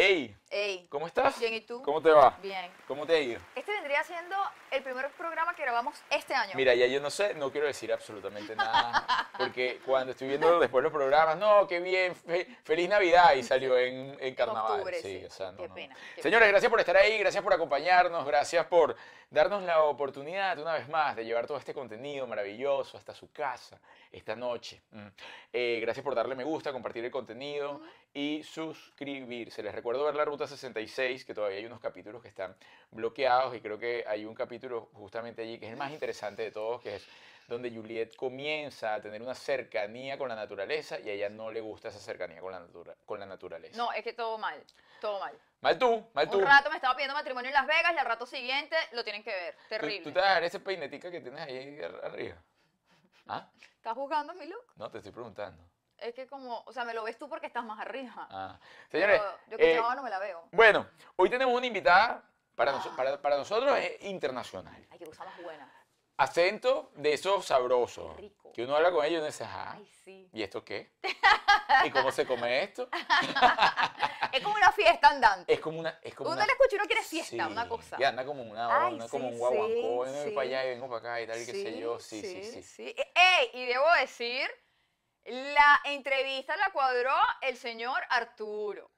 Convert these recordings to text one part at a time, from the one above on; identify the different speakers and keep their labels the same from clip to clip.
Speaker 1: Hey,
Speaker 2: Ey,
Speaker 1: ¿cómo estás?
Speaker 2: Bien, ¿y tú?
Speaker 1: ¿Cómo te va?
Speaker 2: bien.
Speaker 1: ¿Cómo te ha ido?
Speaker 2: Este vendría siendo el primer programa que grabamos este año.
Speaker 1: Mira, ya yo no sé, no quiero decir absolutamente nada, porque cuando estoy viendo después los programas, no, qué bien, fe- feliz Navidad, y salió en, en carnaval.
Speaker 2: Octubre, sí.
Speaker 1: o sea, no,
Speaker 2: Qué
Speaker 1: no.
Speaker 2: pena, qué
Speaker 1: Señores, gracias por estar ahí, gracias por acompañarnos, gracias por darnos la oportunidad una vez más de llevar todo este contenido maravilloso hasta su casa esta noche. Mm. Eh, gracias por darle me gusta, compartir el contenido y suscribirse. Les recuerdo ver la Ruta 66, que todavía hay unos capítulos que están bloqueados y creo que hay un capítulo justamente allí que es el más interesante de todos, que es donde Juliet comienza a tener una cercanía con la naturaleza y a ella no le gusta esa cercanía con la, natura- con la naturaleza.
Speaker 2: No, es que todo mal, todo mal.
Speaker 1: Mal tú, mal tú.
Speaker 2: Un rato me estaba pidiendo matrimonio en Las Vegas y al rato siguiente lo tienen que ver.
Speaker 1: ¿Tú,
Speaker 2: Terrible.
Speaker 1: tú te vas a dejar ese peinetica que tienes ahí ar- arriba? ¿Ah?
Speaker 2: ¿Estás juzgando mi look?
Speaker 1: No, te estoy preguntando.
Speaker 2: Es que como, o sea, me lo ves tú porque estás más arriba.
Speaker 1: Ah.
Speaker 2: Pero
Speaker 1: Señores,
Speaker 2: yo que
Speaker 1: eh,
Speaker 2: trabajo no me la veo.
Speaker 1: bueno, hoy tenemos una invitada, para, noso- para, para nosotros es internacional.
Speaker 2: Ay, que cosa más buena.
Speaker 1: Acento de esos sabrosos.
Speaker 2: Rico.
Speaker 1: Que uno habla con ellos y uno dice, ajá,
Speaker 2: Ay, sí.
Speaker 1: ¿y esto qué? ¿Y cómo se come esto?
Speaker 2: Es como una fiesta andante.
Speaker 1: Es como una... Es como
Speaker 2: Uno
Speaker 1: una
Speaker 2: la escucha y uno quiere fiesta,
Speaker 1: Sí,
Speaker 2: una cosa.
Speaker 1: Y anda como una
Speaker 2: Ay,
Speaker 1: onda, como
Speaker 2: sí,
Speaker 1: un guaguancó,
Speaker 2: sí,
Speaker 1: y voy
Speaker 2: sí.
Speaker 1: para allá y vengo para acá y tal, y qué sé yo. Sí, sí, sí.
Speaker 2: Eh, ey, y debo decir, la entrevista la cuadró el señor Arturo.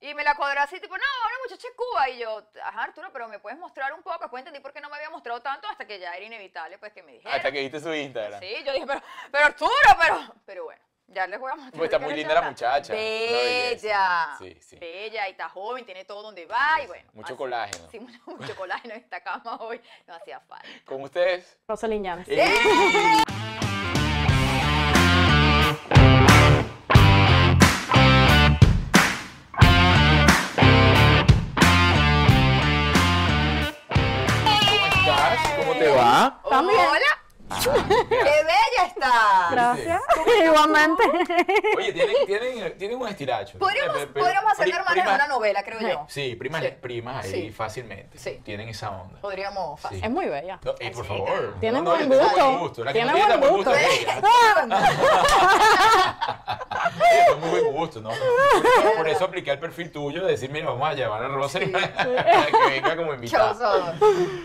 Speaker 2: Y me la cuadró así, tipo, no, una muchacha de Cuba. Y yo, ajá, Arturo, pero me puedes mostrar un poco. Después entendí por qué no me había mostrado tanto hasta que ya era inevitable, pues que me dijera.
Speaker 1: Hasta que viste su Instagram.
Speaker 2: Sí, yo dije, pero, pero Arturo, pero. Pero bueno, ya les voy a mostrar.
Speaker 1: Pues está
Speaker 2: que
Speaker 1: muy
Speaker 2: es
Speaker 1: linda la muchacha, una
Speaker 2: Bella.
Speaker 1: belleza. Sí, sí.
Speaker 2: Bella, y está joven, tiene todo donde va. Y bueno.
Speaker 1: Mucho
Speaker 2: así-
Speaker 1: colágeno.
Speaker 2: Sí, mucho, mucho colágeno en esta cama hoy. No hacía falta.
Speaker 1: Con ustedes.
Speaker 3: Rosalind Llanes.
Speaker 1: Eh, ¿Cómo estás? ¿Cómo te va?
Speaker 3: También.
Speaker 2: Hola. ¡Qué bella está!
Speaker 3: Gracias. Igualmente.
Speaker 1: Oye, tienen, tienen, tienen un estiracho.
Speaker 2: Podríamos,
Speaker 1: Eh, pe- pe-
Speaker 2: podríamos hacer
Speaker 1: pri-
Speaker 2: hermanas
Speaker 1: primas-
Speaker 2: en una novela, creo yo.
Speaker 1: Sí, primas,
Speaker 2: Sí.
Speaker 1: primas ahí
Speaker 2: Sí.
Speaker 1: fácilmente.
Speaker 2: Sí.
Speaker 1: Tienen esa onda.
Speaker 2: Podríamos fácil.
Speaker 3: Es muy bella.
Speaker 1: No, eh, por favor.
Speaker 3: Tiene
Speaker 1: No, no,
Speaker 3: buen
Speaker 1: yo tengo
Speaker 3: gusto.
Speaker 1: buen gusto. La que
Speaker 3: Tiene
Speaker 1: no tiene
Speaker 3: buen
Speaker 1: tan
Speaker 3: gusto.
Speaker 1: es ella.
Speaker 2: Ah,
Speaker 1: Yo muy buen gusto, ¿no? Por, por eso apliqué el perfil tuyo de decir, mira, vamos a llevar a Rosalind para que venga como invitada.
Speaker 2: Choso.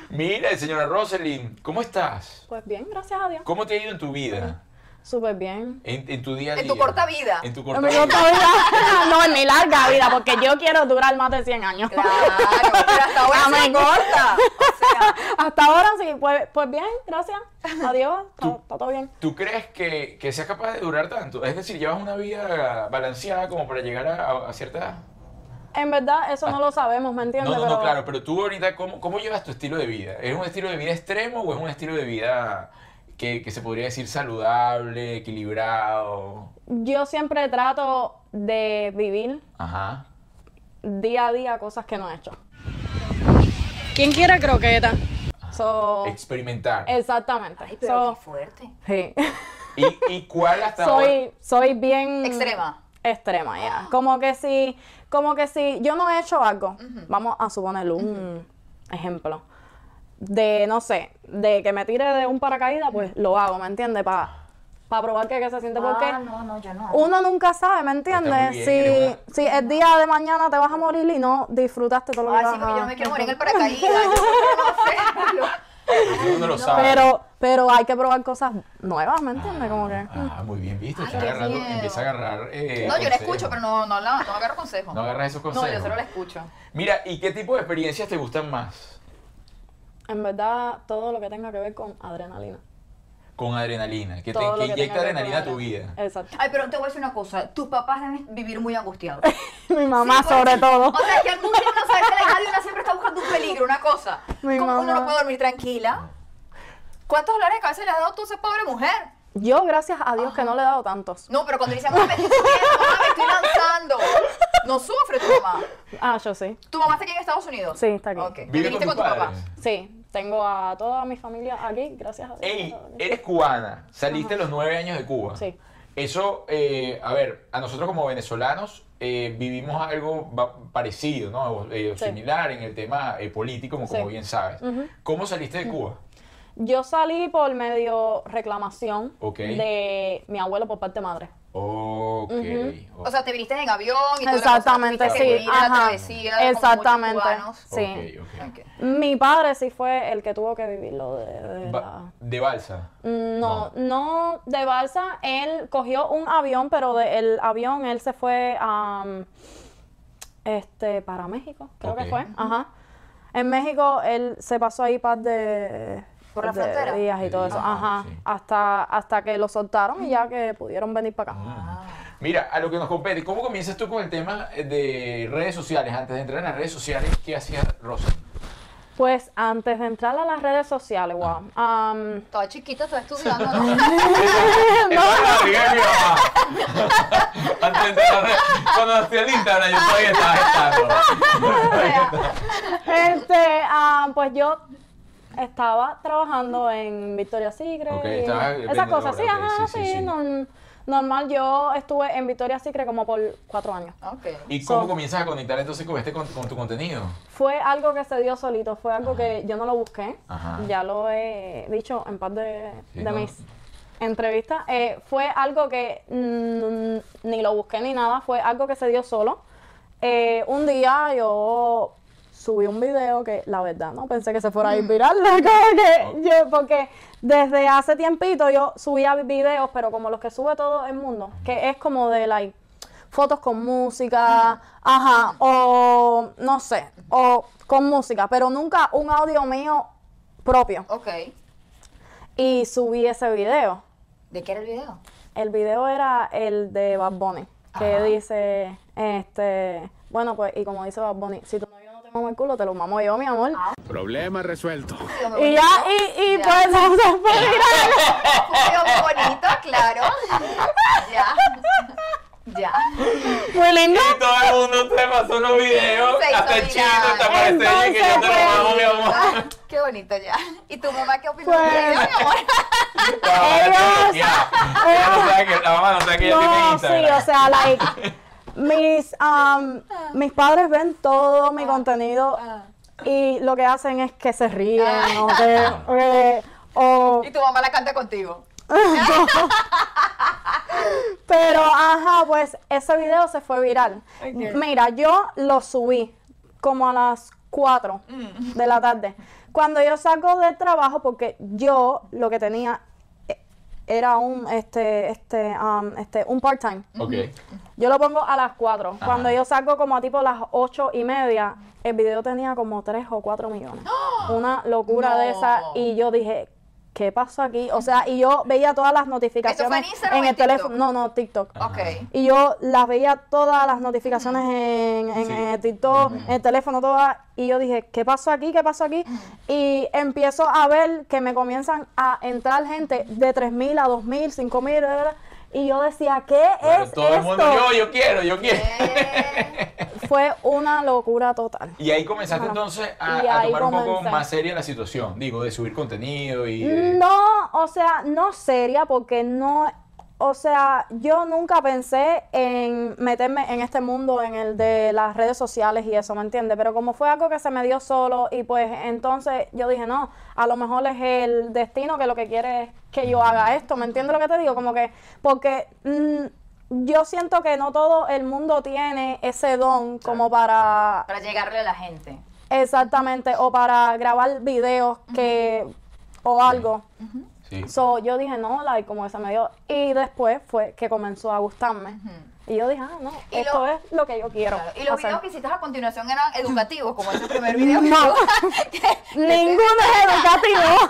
Speaker 1: Mira, señora Rosalind, ¿cómo estás?
Speaker 3: Pues bien, gracias a Dios.
Speaker 1: ¿Cómo te ha ido en tu vida?
Speaker 3: Súper bien.
Speaker 1: En, en tu día a día.
Speaker 2: En tu corta vida.
Speaker 1: En tu
Speaker 3: No,
Speaker 1: corta
Speaker 3: mi corta
Speaker 1: vida.
Speaker 3: vida- no, en mi larga vida, porque yo quiero durar más de 100 años.
Speaker 2: Claro, pero hasta ahora se
Speaker 3: Amén.
Speaker 2: corta. O sea,
Speaker 3: Hasta ahora sí, pues, pues bien, gracias. Adiós, está,
Speaker 1: Tú-
Speaker 3: está todo bien.
Speaker 1: ¿Tú crees que, que seas capaz de durar tanto? Es decir, llevas una vida balanceada como para llegar a, a cierta edad.
Speaker 3: En verdad, eso no lo sabemos, ¿me
Speaker 1: No,
Speaker 3: entiendes?
Speaker 1: no, no,
Speaker 3: Pero
Speaker 1: claro, pero tú ahorita, ¿cómo, ¿cómo llevas tu estilo de vida? ¿Es un estilo de vida extremo o es un estilo de vida que, que se podría decir saludable, equilibrado?
Speaker 3: Yo siempre trato de vivir
Speaker 1: Ajá.
Speaker 3: día a día cosas que no he hecho. ¿Quién quiere croqueta? So,
Speaker 1: Experimentar.
Speaker 3: exactamente.
Speaker 2: Ay,
Speaker 3: So,
Speaker 2: pero qué fuerte.
Speaker 3: sí.
Speaker 1: ¿Y, y cuál hasta ahora?
Speaker 3: soy, soy bien
Speaker 2: Extrema.
Speaker 3: extrema, ya. Como que si, como que si yo no he hecho algo, vamos a suponer un ejemplo, de, no sé, de que me tire de un paracaídas, pues lo hago, ¿me entiendes? Para probar que, que se siente, porque
Speaker 2: Ah, no, no, yo no.
Speaker 3: uno nunca sabe, ¿me
Speaker 1: Está
Speaker 3: entiendes?
Speaker 1: muy bien, eres
Speaker 3: Si, si el día de mañana te vas a morir y no disfrutaste todo lo que
Speaker 2: Ay,
Speaker 3: vas
Speaker 2: sí, porque yo
Speaker 3: a-
Speaker 2: no me quiero morir en el paracaídas. Yo no
Speaker 1: Uno no lo sabe.
Speaker 3: Pero, pero hay que probar cosas nuevas, ¿me entiendes? Como que...
Speaker 1: Ah, muy bien, viste.
Speaker 2: Ay,
Speaker 1: Está
Speaker 2: qué
Speaker 1: agarrando-
Speaker 2: miedo.
Speaker 1: empieza a agarrar. eh,
Speaker 2: No, yo la
Speaker 1: consejos.
Speaker 2: escucho, pero no, no, la, no agarro consejo.
Speaker 1: No agarras esos
Speaker 2: No,
Speaker 1: consejos.
Speaker 2: yo solo la escucho.
Speaker 1: Mira, ¿y qué tipo de experiencias te gustan más?
Speaker 3: En verdad, todo lo que tenga que ver con adrenalina.
Speaker 1: Con adrenalina. Que, te,
Speaker 3: Todo lo
Speaker 1: que
Speaker 3: que tenga
Speaker 1: inyecta
Speaker 3: que ver con
Speaker 1: adrenalina a tu
Speaker 3: adrenalina.
Speaker 1: vida.
Speaker 3: Exacto.
Speaker 2: Ay, pero te voy a decir una cosa. Tus papás deben vivir muy angustiados.
Speaker 3: Mi mamá
Speaker 2: Sí, pues,
Speaker 3: sobre todo.
Speaker 2: O sea, que algún día uno sabe que la hija de una siempre está buscando un peligro, una cosa.
Speaker 3: Mi
Speaker 2: Como uno
Speaker 3: mamá.
Speaker 2: no puede dormir tranquila. ¿Cuántos dolores de cabeza le has dado tú a esa pobre mujer?
Speaker 3: Yo, gracias a Dios, que no le he dado tantos.
Speaker 2: No, pero cuando le dicen, mamá, me estoy subiendo, mamá, me estoy lanzando. No sufre tu mamá.
Speaker 3: Ah, yo sí.
Speaker 2: ¿Tu mamá está aquí en Estados Unidos?
Speaker 3: Sí, está aquí.
Speaker 2: Ok. ¿Te
Speaker 1: ¿Vive
Speaker 2: viniste
Speaker 1: con
Speaker 2: con
Speaker 1: tus
Speaker 2: tu papá?
Speaker 1: padres?
Speaker 3: Sí, tengo a toda mi familia aquí, gracias a Dios.
Speaker 1: Ey, eres cubana. Saliste a los nueve años de Cuba.
Speaker 3: Sí.
Speaker 1: Eso, eh, a ver, a nosotros como venezolanos eh, vivimos algo va- parecido, ¿no? Eh,
Speaker 3: Sí.
Speaker 1: Similar en el tema eh, político, como, como
Speaker 3: Sí.
Speaker 1: bien sabes. ¿Cómo saliste de Cuba?
Speaker 3: Yo salí por medio reclamación
Speaker 1: Ok.
Speaker 3: de mi abuelo por parte de madre.
Speaker 1: Ok.
Speaker 2: O sea, te viniste en avión y toda la cosa,
Speaker 3: Exactamente,
Speaker 2: tuviste que
Speaker 3: sí,
Speaker 2: ir a la
Speaker 3: ajá.
Speaker 2: travesía, como muchos
Speaker 3: Exactamente.
Speaker 2: cubanos.
Speaker 3: sí.
Speaker 1: ok, ok.
Speaker 2: Ok.
Speaker 3: Mi padre sí fue el que tuvo que vivir lo de, de la- Mm.
Speaker 1: Ba- de balsa.
Speaker 3: No, no de balsa. Él cogió un avión, pero del avión él se fue a. um, este, para México, creo
Speaker 1: Ok.
Speaker 3: que fue. Ajá. En México él se pasó ahí par de.
Speaker 2: Por la
Speaker 3: de
Speaker 2: frontera.
Speaker 3: días y todo eso.
Speaker 1: Ah,
Speaker 3: Ajá.
Speaker 1: sí.
Speaker 3: Hasta, hasta que lo soltaron y ya que pudieron venir para acá.
Speaker 1: Ah.
Speaker 2: Ah,
Speaker 1: Mira, a lo que nos compete, ¿cómo comienzas tú con el tema de redes sociales? Antes de entrar en las redes sociales, ¿qué hacía Rosa?
Speaker 3: Pues antes de entrar a las redes sociales, wow.
Speaker 1: Ah.
Speaker 3: um,
Speaker 2: Toda chiquita, toda estudiando. ¿no?
Speaker 1: Estaba en la barriga de mi mamá. Antes de entrar a las redes- Cuando hacía el Instagram, yo todavía estaba estando.
Speaker 3: Este, ah, pues yo estaba trabajando en Victoria's Secret.
Speaker 1: Ok,
Speaker 3: y
Speaker 1: estabas
Speaker 3: esas
Speaker 1: vendedora,
Speaker 3: cosas, sí,
Speaker 1: ok,
Speaker 3: ajá,
Speaker 1: sí,
Speaker 3: sí,
Speaker 1: sí, sí.
Speaker 3: norm- normal. Yo estuve en Victoria's Secret como por cuatro años.
Speaker 2: Ok.
Speaker 1: ¿Y cómo
Speaker 3: So-
Speaker 1: comienzas a conectar entonces con, este, con, con tu contenido?
Speaker 3: Fue algo que se dio solito, fue algo que yo no lo busqué.
Speaker 1: Ajá.
Speaker 3: Ya lo he dicho en par de,
Speaker 1: Sí,
Speaker 3: de
Speaker 1: no.
Speaker 3: mis entrevistas. Eh, fue algo que mm, ni lo busqué ni nada, fue algo que se dio solo. Eh, un día yo subí un video que la verdad no pensé que se fuera a ir viral, como que yo- porque desde hace tiempito yo subía videos, pero como los que sube todo el mundo, que es como de like fotos con música, ajá, o no sé, o con música, pero nunca un audio mío propio.
Speaker 2: Ok.
Speaker 3: Y subí ese video.
Speaker 2: ¿De qué era el video?
Speaker 3: El video era el de Bad Bunny, que dice, este, bueno, pues, y como dice Bad Bunny, si tu novio no te mama el culo, te lo mamo yo, mi amor.
Speaker 4: Problema resuelto.
Speaker 2: Fue muy
Speaker 3: y
Speaker 2: bonito.
Speaker 3: ya, y, y
Speaker 2: Ya.
Speaker 3: pues, o sea, fue viral.
Speaker 2: Fue muy bonito, claro. Ya. Ya.
Speaker 3: Muy lindo.
Speaker 1: Todo el mundo te pasó los videos,
Speaker 2: Se hizo
Speaker 1: hasta el
Speaker 2: viral.
Speaker 1: chino, hasta parece que yo te
Speaker 3: Entonces,
Speaker 1: lo mamo, mi amor.
Speaker 2: Ah, qué bonito ya. ¿Y tu mamá qué opinó?
Speaker 3: Pues-
Speaker 2: del video, mi amor?
Speaker 1: No, ahora te bloquea. Ella no sabe que la mamá no sabe que ella tiene
Speaker 3: Eh, No, sí,
Speaker 1: Instagram.
Speaker 3: o sea, like, mis, um, mis padres ven todo mi contenido
Speaker 2: Ah.
Speaker 3: y lo que hacen es que se ríen o que, eh, o...
Speaker 2: Y tu mamá la canta contigo.
Speaker 3: Pero, ajá, pues ese video se fue viral. Mira, yo lo subí como a las 4
Speaker 2: Mm.
Speaker 3: de la tarde. Cuando yo salgo del trabajo, porque yo lo que tenía eh, era un, este, este, um, este, un part-time.
Speaker 1: Ok.
Speaker 3: Yo lo pongo a las 4. Cuando yo salgo como a tipo las 8 y media, el video tenía como 3 o 4 millones. Una locura de esa.
Speaker 2: No.
Speaker 3: Y yo dije, ¿qué pasó aquí? O sea, y yo veía todas las notificaciones
Speaker 2: Instagram o
Speaker 3: el
Speaker 2: en TikTok?
Speaker 3: teléfono. No, no, TikTok.
Speaker 2: Ok.
Speaker 3: Y yo las veía todas las notificaciones en, en,
Speaker 1: Sí.
Speaker 3: en el TikTok, en el teléfono, todas. Y yo dije, ¿qué pasó aquí? ¿Qué pasó aquí? Y empiezo a ver que me comienzan a entrar gente de 3.000 a 2.000, 5.000. bla, bla, bla. Y yo decía, ¿qué
Speaker 1: Pero
Speaker 3: es
Speaker 1: todo
Speaker 3: esto?
Speaker 1: el mundo, yo, yo quiero, yo quiero.
Speaker 2: Eh,
Speaker 3: Fue una locura total.
Speaker 1: Y ahí comenzaste entonces a,
Speaker 3: Y
Speaker 1: a
Speaker 3: ahí
Speaker 1: tomar un poco
Speaker 3: comencé.
Speaker 1: más seria la situación, digo, de subir contenido y... de-
Speaker 3: No, o sea, no seria porque no, o sea, yo nunca pensé en meterme en este mundo, en el de las redes sociales y eso, ¿me entiendes? Pero como fue algo que se me dio solo y pues entonces yo dije, no, a lo mejor es el destino que lo que quiere es que yo haga esto, ¿me entiendes lo que te digo? Como que, porque mm, yo siento que no todo el mundo tiene ese don como para
Speaker 2: para llegarle a la gente.
Speaker 3: Exactamente, o para grabar videos que o algo.
Speaker 1: Sí.
Speaker 3: So, yo dije, no, like, como que se me dio. Y después fue que comenzó a gustarme. Y yo dije, ah, no,
Speaker 2: Y
Speaker 3: esto
Speaker 2: lo-
Speaker 3: es lo que yo quiero.
Speaker 2: Claro. Y los
Speaker 3: hacer.
Speaker 2: videos que hiciste a continuación eran educativos, como ese primer video. que-
Speaker 3: No. Ninguno es educativo.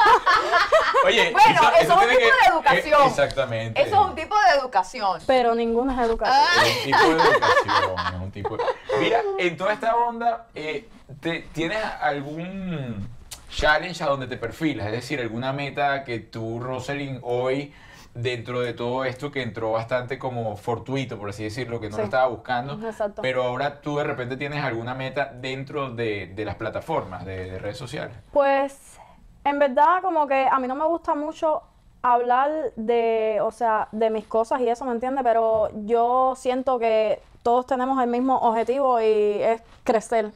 Speaker 1: Oye,
Speaker 2: Bueno, eso es un
Speaker 1: tiene
Speaker 2: tipo de educación.
Speaker 1: Eh, exactamente.
Speaker 2: Eso es un tipo de educación.
Speaker 3: Pero ninguno es educativo.
Speaker 1: Es un tipo de educación, es un tipo de- Mira, en toda esta onda, eh, te- ¿tienes algún challenge a donde te perfilas? Es decir, alguna meta que tú, Rosalind, hoy, dentro de todo esto que entró bastante como fortuito, por así decirlo, que no lo
Speaker 3: Sí.
Speaker 1: estaba buscando,
Speaker 3: Exacto.
Speaker 1: pero ahora tú de repente tienes alguna meta dentro de, de las plataformas, de, de redes sociales.
Speaker 3: Pues, en verdad, como que a mí no me gusta mucho hablar de, o sea, de mis cosas y eso, ¿me entiendes? Pero yo siento que todos tenemos el mismo objetivo y es crecer.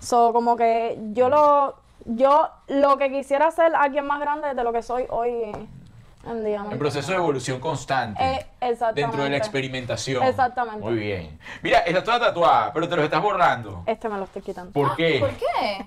Speaker 3: So, como que yo lo, yo lo que quisiera ser alguien más grande de lo que soy hoy En día,
Speaker 1: En
Speaker 3: ¿no?
Speaker 1: proceso de evolución constante.
Speaker 3: Eh, exactamente.
Speaker 1: Dentro de la experimentación.
Speaker 3: Exactamente.
Speaker 1: Muy bien. Mira, está toda tatuada, pero te los estás borrando.
Speaker 3: Este me lo estoy quitando.
Speaker 1: ¿Por qué?
Speaker 2: Ah, ¿Por qué?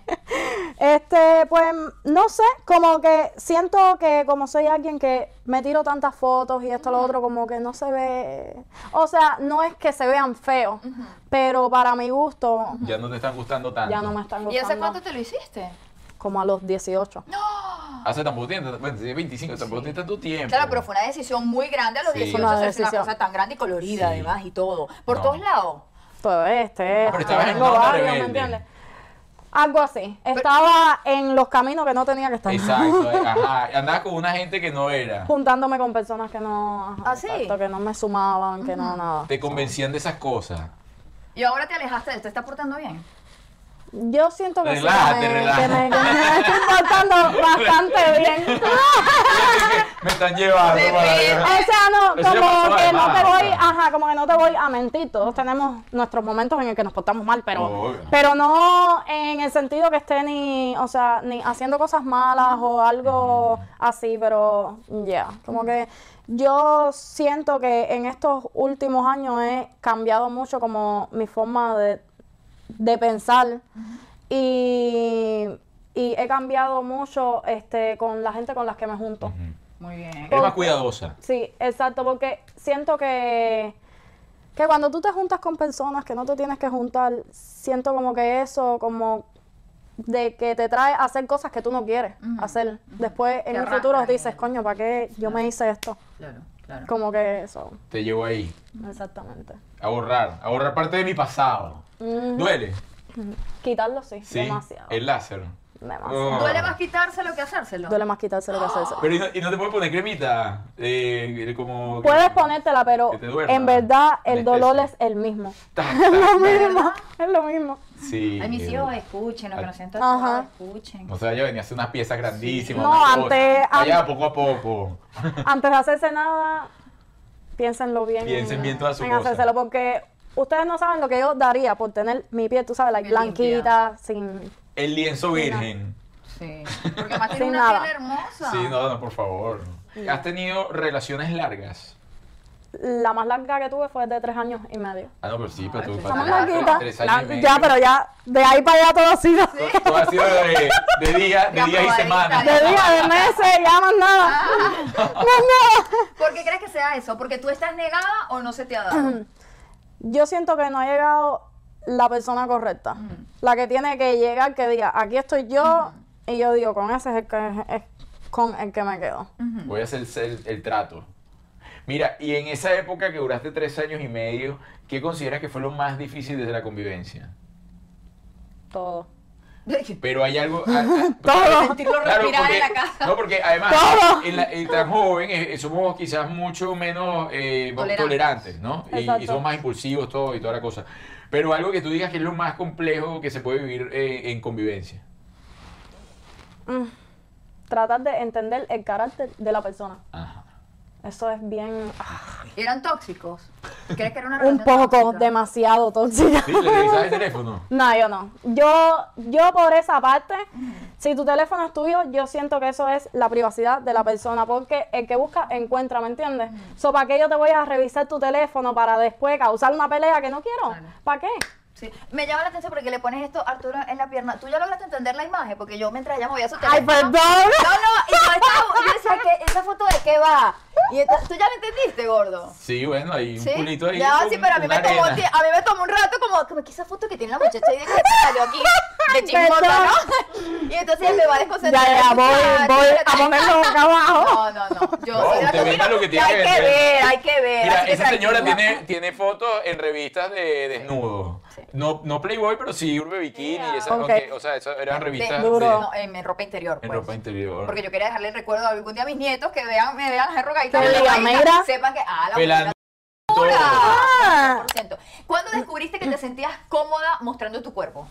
Speaker 3: Este, pues, no sé, como que siento que como soy alguien que me tiro tantas fotos y esto, lo otro, como que no se ve, o sea, no es que se vean feos, pero para mi gusto
Speaker 1: Ya no te están gustando tanto.
Speaker 3: ya no me están
Speaker 2: ¿Y hace
Speaker 3: gustando
Speaker 2: cuánto te lo hiciste?
Speaker 3: como a los 18.
Speaker 1: Hace tan poco tiempo, bueno, desde 25, tampoco tiene tanto tiempo.
Speaker 2: Claro, pero fue una decisión muy grande a los
Speaker 1: Sí.
Speaker 2: 18
Speaker 3: Una
Speaker 2: hacerse una
Speaker 3: decisión.
Speaker 2: cosa tan grande y colorida
Speaker 1: Sí.
Speaker 2: además y todo. Por
Speaker 1: No.
Speaker 2: todos lados.
Speaker 3: Todo este,
Speaker 1: Ah, Pero
Speaker 3: este,
Speaker 1: estabas en
Speaker 3: tengo
Speaker 1: una onda
Speaker 3: varios, ¿me
Speaker 1: rebelde.
Speaker 3: entiendes? Algo así, estaba en los caminos que no tenía que estar.
Speaker 1: Exacto, eh, ajá. Andabas con una gente que no era.
Speaker 3: Juntándome con personas que no, ajá,
Speaker 2: ¿Ah, sí?
Speaker 3: exacto, que no me sumaban, que no nada.
Speaker 1: Te convencían de esas cosas.
Speaker 2: Y ahora te alejaste de él, te está portando bien.
Speaker 3: Yo siento que sí,
Speaker 1: Relájate,
Speaker 3: que me,
Speaker 1: relájate.
Speaker 3: que me, que me estoy portando bastante bien. Ah.
Speaker 1: Me están llevando.
Speaker 2: De
Speaker 1: para-
Speaker 2: verdad.
Speaker 3: O sea, no,
Speaker 1: Eso ya pasó
Speaker 3: como
Speaker 1: de
Speaker 3: que no
Speaker 1: más,
Speaker 3: te voy,
Speaker 1: ajá.
Speaker 3: ajá, como que no te voy a mentir. Todos tenemos nuestros momentos en el que nos portamos mal, pero,
Speaker 1: Obvio.
Speaker 3: pero no en el sentido que esté ni, o sea, ni haciendo cosas malas o algo así, pero ya, como que yo siento que en estos últimos años he cambiado mucho como mi forma de, de pensar y, y he cambiado mucho este con la gente con las que me junto.
Speaker 2: Muy bien.
Speaker 1: Eres más cuidadosa.
Speaker 3: Sí, exacto, porque siento que, que cuando tú te juntas con personas que no te tienes que juntar, siento como que eso, como de que te trae a hacer cosas que tú no quieres
Speaker 2: Ujú,
Speaker 3: hacer. Después, en el
Speaker 2: arrastran
Speaker 3: futuro
Speaker 2: ahí.
Speaker 3: dices, coño, ¿para qué yo me hice esto?
Speaker 2: Claro, claro.
Speaker 3: Como que eso,
Speaker 1: Te llevo ahí.
Speaker 3: exactamente.
Speaker 1: A borrar. A borrar parte de mi pasado. Duele.
Speaker 3: Mm, Quitarlo sí,
Speaker 1: Sí.
Speaker 3: demasiado.
Speaker 1: El láser.
Speaker 3: Demasiado.
Speaker 1: Oh.
Speaker 2: Duele más quitárselo que hacérselo.
Speaker 3: Duele más quitárselo que hacerse.
Speaker 1: Pero y no, y no te puedes poner cremita. Eh, como.
Speaker 3: Puedes ponértela, pero
Speaker 1: que te duerma.
Speaker 3: en verdad el dolor es
Speaker 1: Anestesia.
Speaker 3: el mismo.
Speaker 1: Tac, tac.
Speaker 3: Es lo mismo.
Speaker 1: Sí.
Speaker 2: Ay, mis
Speaker 1: eh,
Speaker 2: hijos escuchen, lo que nos sientan
Speaker 3: Ajá.
Speaker 2: todos, escuchen.
Speaker 1: O sea, yo venía a hacer unas piezas grandísimas.
Speaker 3: No,
Speaker 1: unas
Speaker 3: antes-
Speaker 1: cosas. Allá
Speaker 3: antes-
Speaker 1: poco a poco.
Speaker 3: antes de hacerse nada, piénsenlo bien.
Speaker 1: Piensen bien todas sus
Speaker 3: en
Speaker 1: cosas.
Speaker 3: hacérselo, porque ustedes no saben lo que yo daría por tener mi piel, tú sabes, like,
Speaker 2: Bien
Speaker 3: blanquita, sin...
Speaker 1: El lienzo virgen.
Speaker 2: Sí. Porque más tiene
Speaker 3: Sin
Speaker 2: una
Speaker 3: nada.
Speaker 2: piel hermosa.
Speaker 1: Sí, no, no, por favor. ¿Has tenido relaciones largas?
Speaker 3: La más larga que tuve fue de tres años y medio.
Speaker 1: Ah, no, pero sí, pero tú.
Speaker 2: Ay,
Speaker 1: para
Speaker 3: Estamos
Speaker 1: tener
Speaker 3: larguitas.
Speaker 1: Tres años y
Speaker 3: La-
Speaker 1: medio.
Speaker 3: Ya, pero ya, de ahí para allá todo ha sido
Speaker 1: Todo- Todo ha sido de, de día, de
Speaker 2: La
Speaker 1: día y
Speaker 2: probadita.
Speaker 1: semana.
Speaker 3: de día, de meses, ya más nada.
Speaker 2: ¿Por qué crees que sea eso? ¿Porque tú estás negada o no se te ha dado?
Speaker 3: Yo siento que no ha llegado la persona correcta, la que tiene que llegar, que diga, aquí estoy yo, y yo digo, con ese es el que, es con el que me quedo.
Speaker 1: Voy a hacer el, el trato. Mira, y en esa época que duraste tres años y medio, ¿qué consideras que fue lo más difícil desde la convivencia?
Speaker 3: Todo.
Speaker 1: Pero hay algo. ah, ah,
Speaker 3: Todo.
Speaker 2: Sentirlo respirar en la casa.
Speaker 1: No, porque además,
Speaker 3: Todo.
Speaker 1: en la- en tan joven, eh, somos quizás mucho menos eh,
Speaker 2: Tolerantes.
Speaker 1: tolerantes, ¿no? Y- Y,
Speaker 3: Exacto.
Speaker 1: somos más impulsivos, todo y toda la cosa. Pero algo que tú digas que es lo más complejo que se puede vivir eh, en convivencia.
Speaker 3: Tratar de entender el carácter de la persona.
Speaker 1: Ajá.
Speaker 3: Eso es bien.
Speaker 2: "Pues, ¿Eran tóxicos? ¿Crees que era una
Speaker 3: Un
Speaker 2: relación
Speaker 3: poco
Speaker 2: tóxica?
Speaker 3: demasiado tóxica.
Speaker 1: Sí, le revisas el teléfono.
Speaker 3: No, yo no. Yo, yo por esa parte, si tu teléfono es tuyo, yo siento que eso es la privacidad de la persona, porque el que busca encuentra, ¿me entiendes? So, ¿para qué yo te voy a revisar tu teléfono para después causar una pelea que no quiero?
Speaker 2: Claro.
Speaker 3: ¿Para qué?
Speaker 2: Sí. Me llama la atención porque le pones esto, Arturo, en la pierna. ¿Tú ya lograste entender la imagen? Porque yo mientras ella movía su teléfono...
Speaker 3: Ay, perdón.
Speaker 2: No, no, y yo, estaba, yo decía, ¿qué- ¿esa foto de qué va? Y entonces- ¿Tú ya la entendiste, gordo?
Speaker 1: Sí, bueno, hay un
Speaker 2: ¿Sí?
Speaker 1: culito ahí.
Speaker 2: Ya,
Speaker 1: con
Speaker 2: sí, pero a mí,
Speaker 1: una
Speaker 2: me tomó,
Speaker 1: arena.
Speaker 2: tie- a mí me tomó un rato como, como que esa foto que tiene la muchacha y de que se salió aquí de chismosa, ¿no? Y entonces me va a
Speaker 3: Ya,
Speaker 2: desconcentrar.
Speaker 3: ya, voy, voy a ponerlo boca
Speaker 2: No,
Speaker 3: abajo.
Speaker 2: no, no. Yo
Speaker 1: No,
Speaker 2: soy la
Speaker 1: usted
Speaker 2: que-
Speaker 1: venda lo que tiene
Speaker 2: Hay
Speaker 1: que
Speaker 2: que
Speaker 1: vender.
Speaker 2: ver, hay que ver.
Speaker 1: Mira,
Speaker 2: así que
Speaker 1: esa señora
Speaker 2: tranquila.
Speaker 1: tiene, tiene fotos en revistas de desnudo.
Speaker 2: Sí.
Speaker 1: No, no Playboy, pero sí Urbe Bikini. y esas-
Speaker 3: Ok.
Speaker 1: ok, o sea, esas eran revistas
Speaker 3: Duro.
Speaker 1: de-
Speaker 2: No, en, en ropa interior.
Speaker 1: en
Speaker 2: pues.
Speaker 1: ropa interior.
Speaker 2: Porque yo quería dejarle el recuerdo algún día a mis nietos que vean, me vean las arrogaditas.
Speaker 3: Que
Speaker 2: de la
Speaker 3: digan,
Speaker 2: vaina,
Speaker 3: "Mira".
Speaker 2: Sepan que. Ah, la
Speaker 1: Pelando
Speaker 2: pelada.
Speaker 1: todo.
Speaker 3: Ah,
Speaker 2: ¿Cuándo descubriste que te sentías cómoda mostrando tu cuerpo?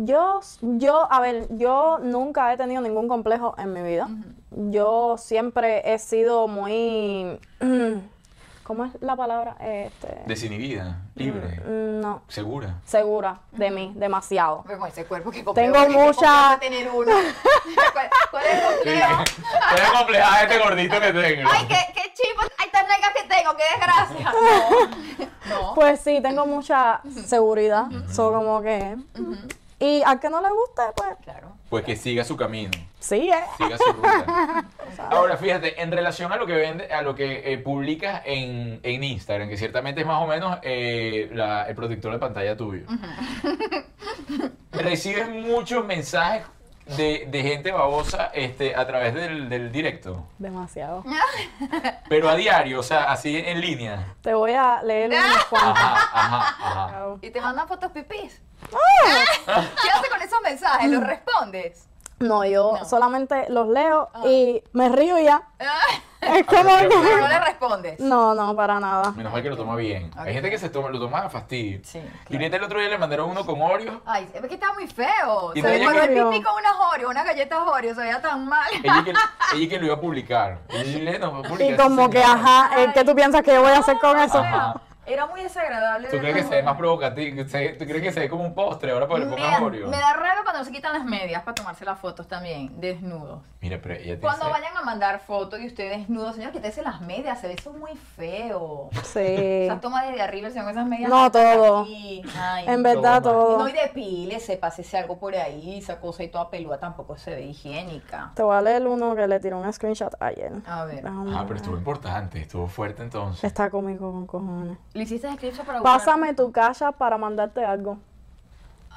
Speaker 3: Yo, yo, a ver, yo nunca he tenido ningún complejo en mi vida. Yo siempre he sido muy, ¿Cómo es la palabra? Este,
Speaker 1: Desinhibida, libre,
Speaker 3: mm, no,
Speaker 1: segura.
Speaker 3: segura de mí, demasiado.
Speaker 2: Pero con ese cuerpo que
Speaker 3: Tengo
Speaker 2: complejo, ¿qué
Speaker 3: mucha-
Speaker 2: complejo es tener uno. ¿Cuál, cuál es el
Speaker 1: Sí.
Speaker 2: complejo?
Speaker 1: Tiene complejada este gordito que tengo.
Speaker 2: Ay, qué, qué chivo, ay, tan negra que tengo, qué desgracia. No. no.
Speaker 3: Pues sí, tengo mucha seguridad, so como que... Y al que no le guste, pues
Speaker 2: Claro.
Speaker 1: Pues que siga su camino,
Speaker 3: sí, eh.
Speaker 1: siga su ruta. Ahora, fíjate, en relación a lo que vende, a lo que eh, publicas en, en Instagram, que ciertamente es más o menos eh, la- el protector de pantalla tuyo. Recibes muchos mensajes de, de gente babosa este, a través del, del directo,
Speaker 3: Demasiado.
Speaker 1: pero a diario, o sea, así en línea.
Speaker 3: Te voy a leer unos cuantos.
Speaker 1: Ajá, ajá, ajá.
Speaker 2: Y te mandan fotos pipís.
Speaker 3: Ah.
Speaker 2: ¿Qué haces con esos mensajes? ¿Los respondes?
Speaker 3: No, yo
Speaker 2: No. Ah.
Speaker 3: solamente los leo y me río y ya. Es como
Speaker 1: Ah, pero-
Speaker 2: Pero no
Speaker 3: que...
Speaker 2: le respondes.
Speaker 3: No, no, para nada.
Speaker 1: Menos mal que lo toma bien. Hay gente que se toma, lo toma a fastidio.
Speaker 2: Sí,
Speaker 1: Y ahorita el otro día le mandaron uno con Oreo.
Speaker 2: Ay, es que está muy feo.
Speaker 1: Y
Speaker 2: Se
Speaker 1: no
Speaker 2: me
Speaker 1: llega-
Speaker 2: paró el pipí con unas Oreo, unas galletas Oreo, se veía tan mal.
Speaker 1: Ella que, ella que lo iba a publicar. Y, yo, no, va a publicar
Speaker 3: Y
Speaker 1: ese
Speaker 3: como que,
Speaker 1: señor.
Speaker 3: ajá, eh, ¿qué tú piensas que yo voy a hacer con eso?
Speaker 1: Ajá.
Speaker 2: Era muy desagradable.
Speaker 1: ¿Tú crees que se ve más provocativo? Se- ¿Tú crees que se ve como un postre ahora porque le pongas
Speaker 2: me,
Speaker 1: Oreo?
Speaker 2: me da raro cuando se quitan las medias para tomarse las fotos también, desnudos.
Speaker 1: Mira, pero ella te
Speaker 2: Cuando
Speaker 1: dice-
Speaker 2: vayan a mandar fotos y usted desnudo, señor, quítese las medias, se ve eso muy feo.
Speaker 3: Sí.
Speaker 2: Esa toma desde arriba, el señor, con esas medias.
Speaker 3: No,
Speaker 2: hasta
Speaker 3: todo.
Speaker 2: aquí. Ay,
Speaker 3: En verdad,
Speaker 1: Todo mal.
Speaker 3: todo.
Speaker 2: No, y depílese, pásese algo por ahí, esa cosa y toda pelúa tampoco se ve higiénica.
Speaker 3: Te voy a leer uno que le tiró un screenshot ayer.
Speaker 2: A ver.
Speaker 3: Déjame
Speaker 1: Ah,
Speaker 3: ver.
Speaker 1: pero estuvo importante, estuvo fuerte entonces.
Speaker 3: Está cómico con cojones.
Speaker 2: ¿Le hiciste escrito para buscar-
Speaker 3: Pásame tu caja para mandarte algo.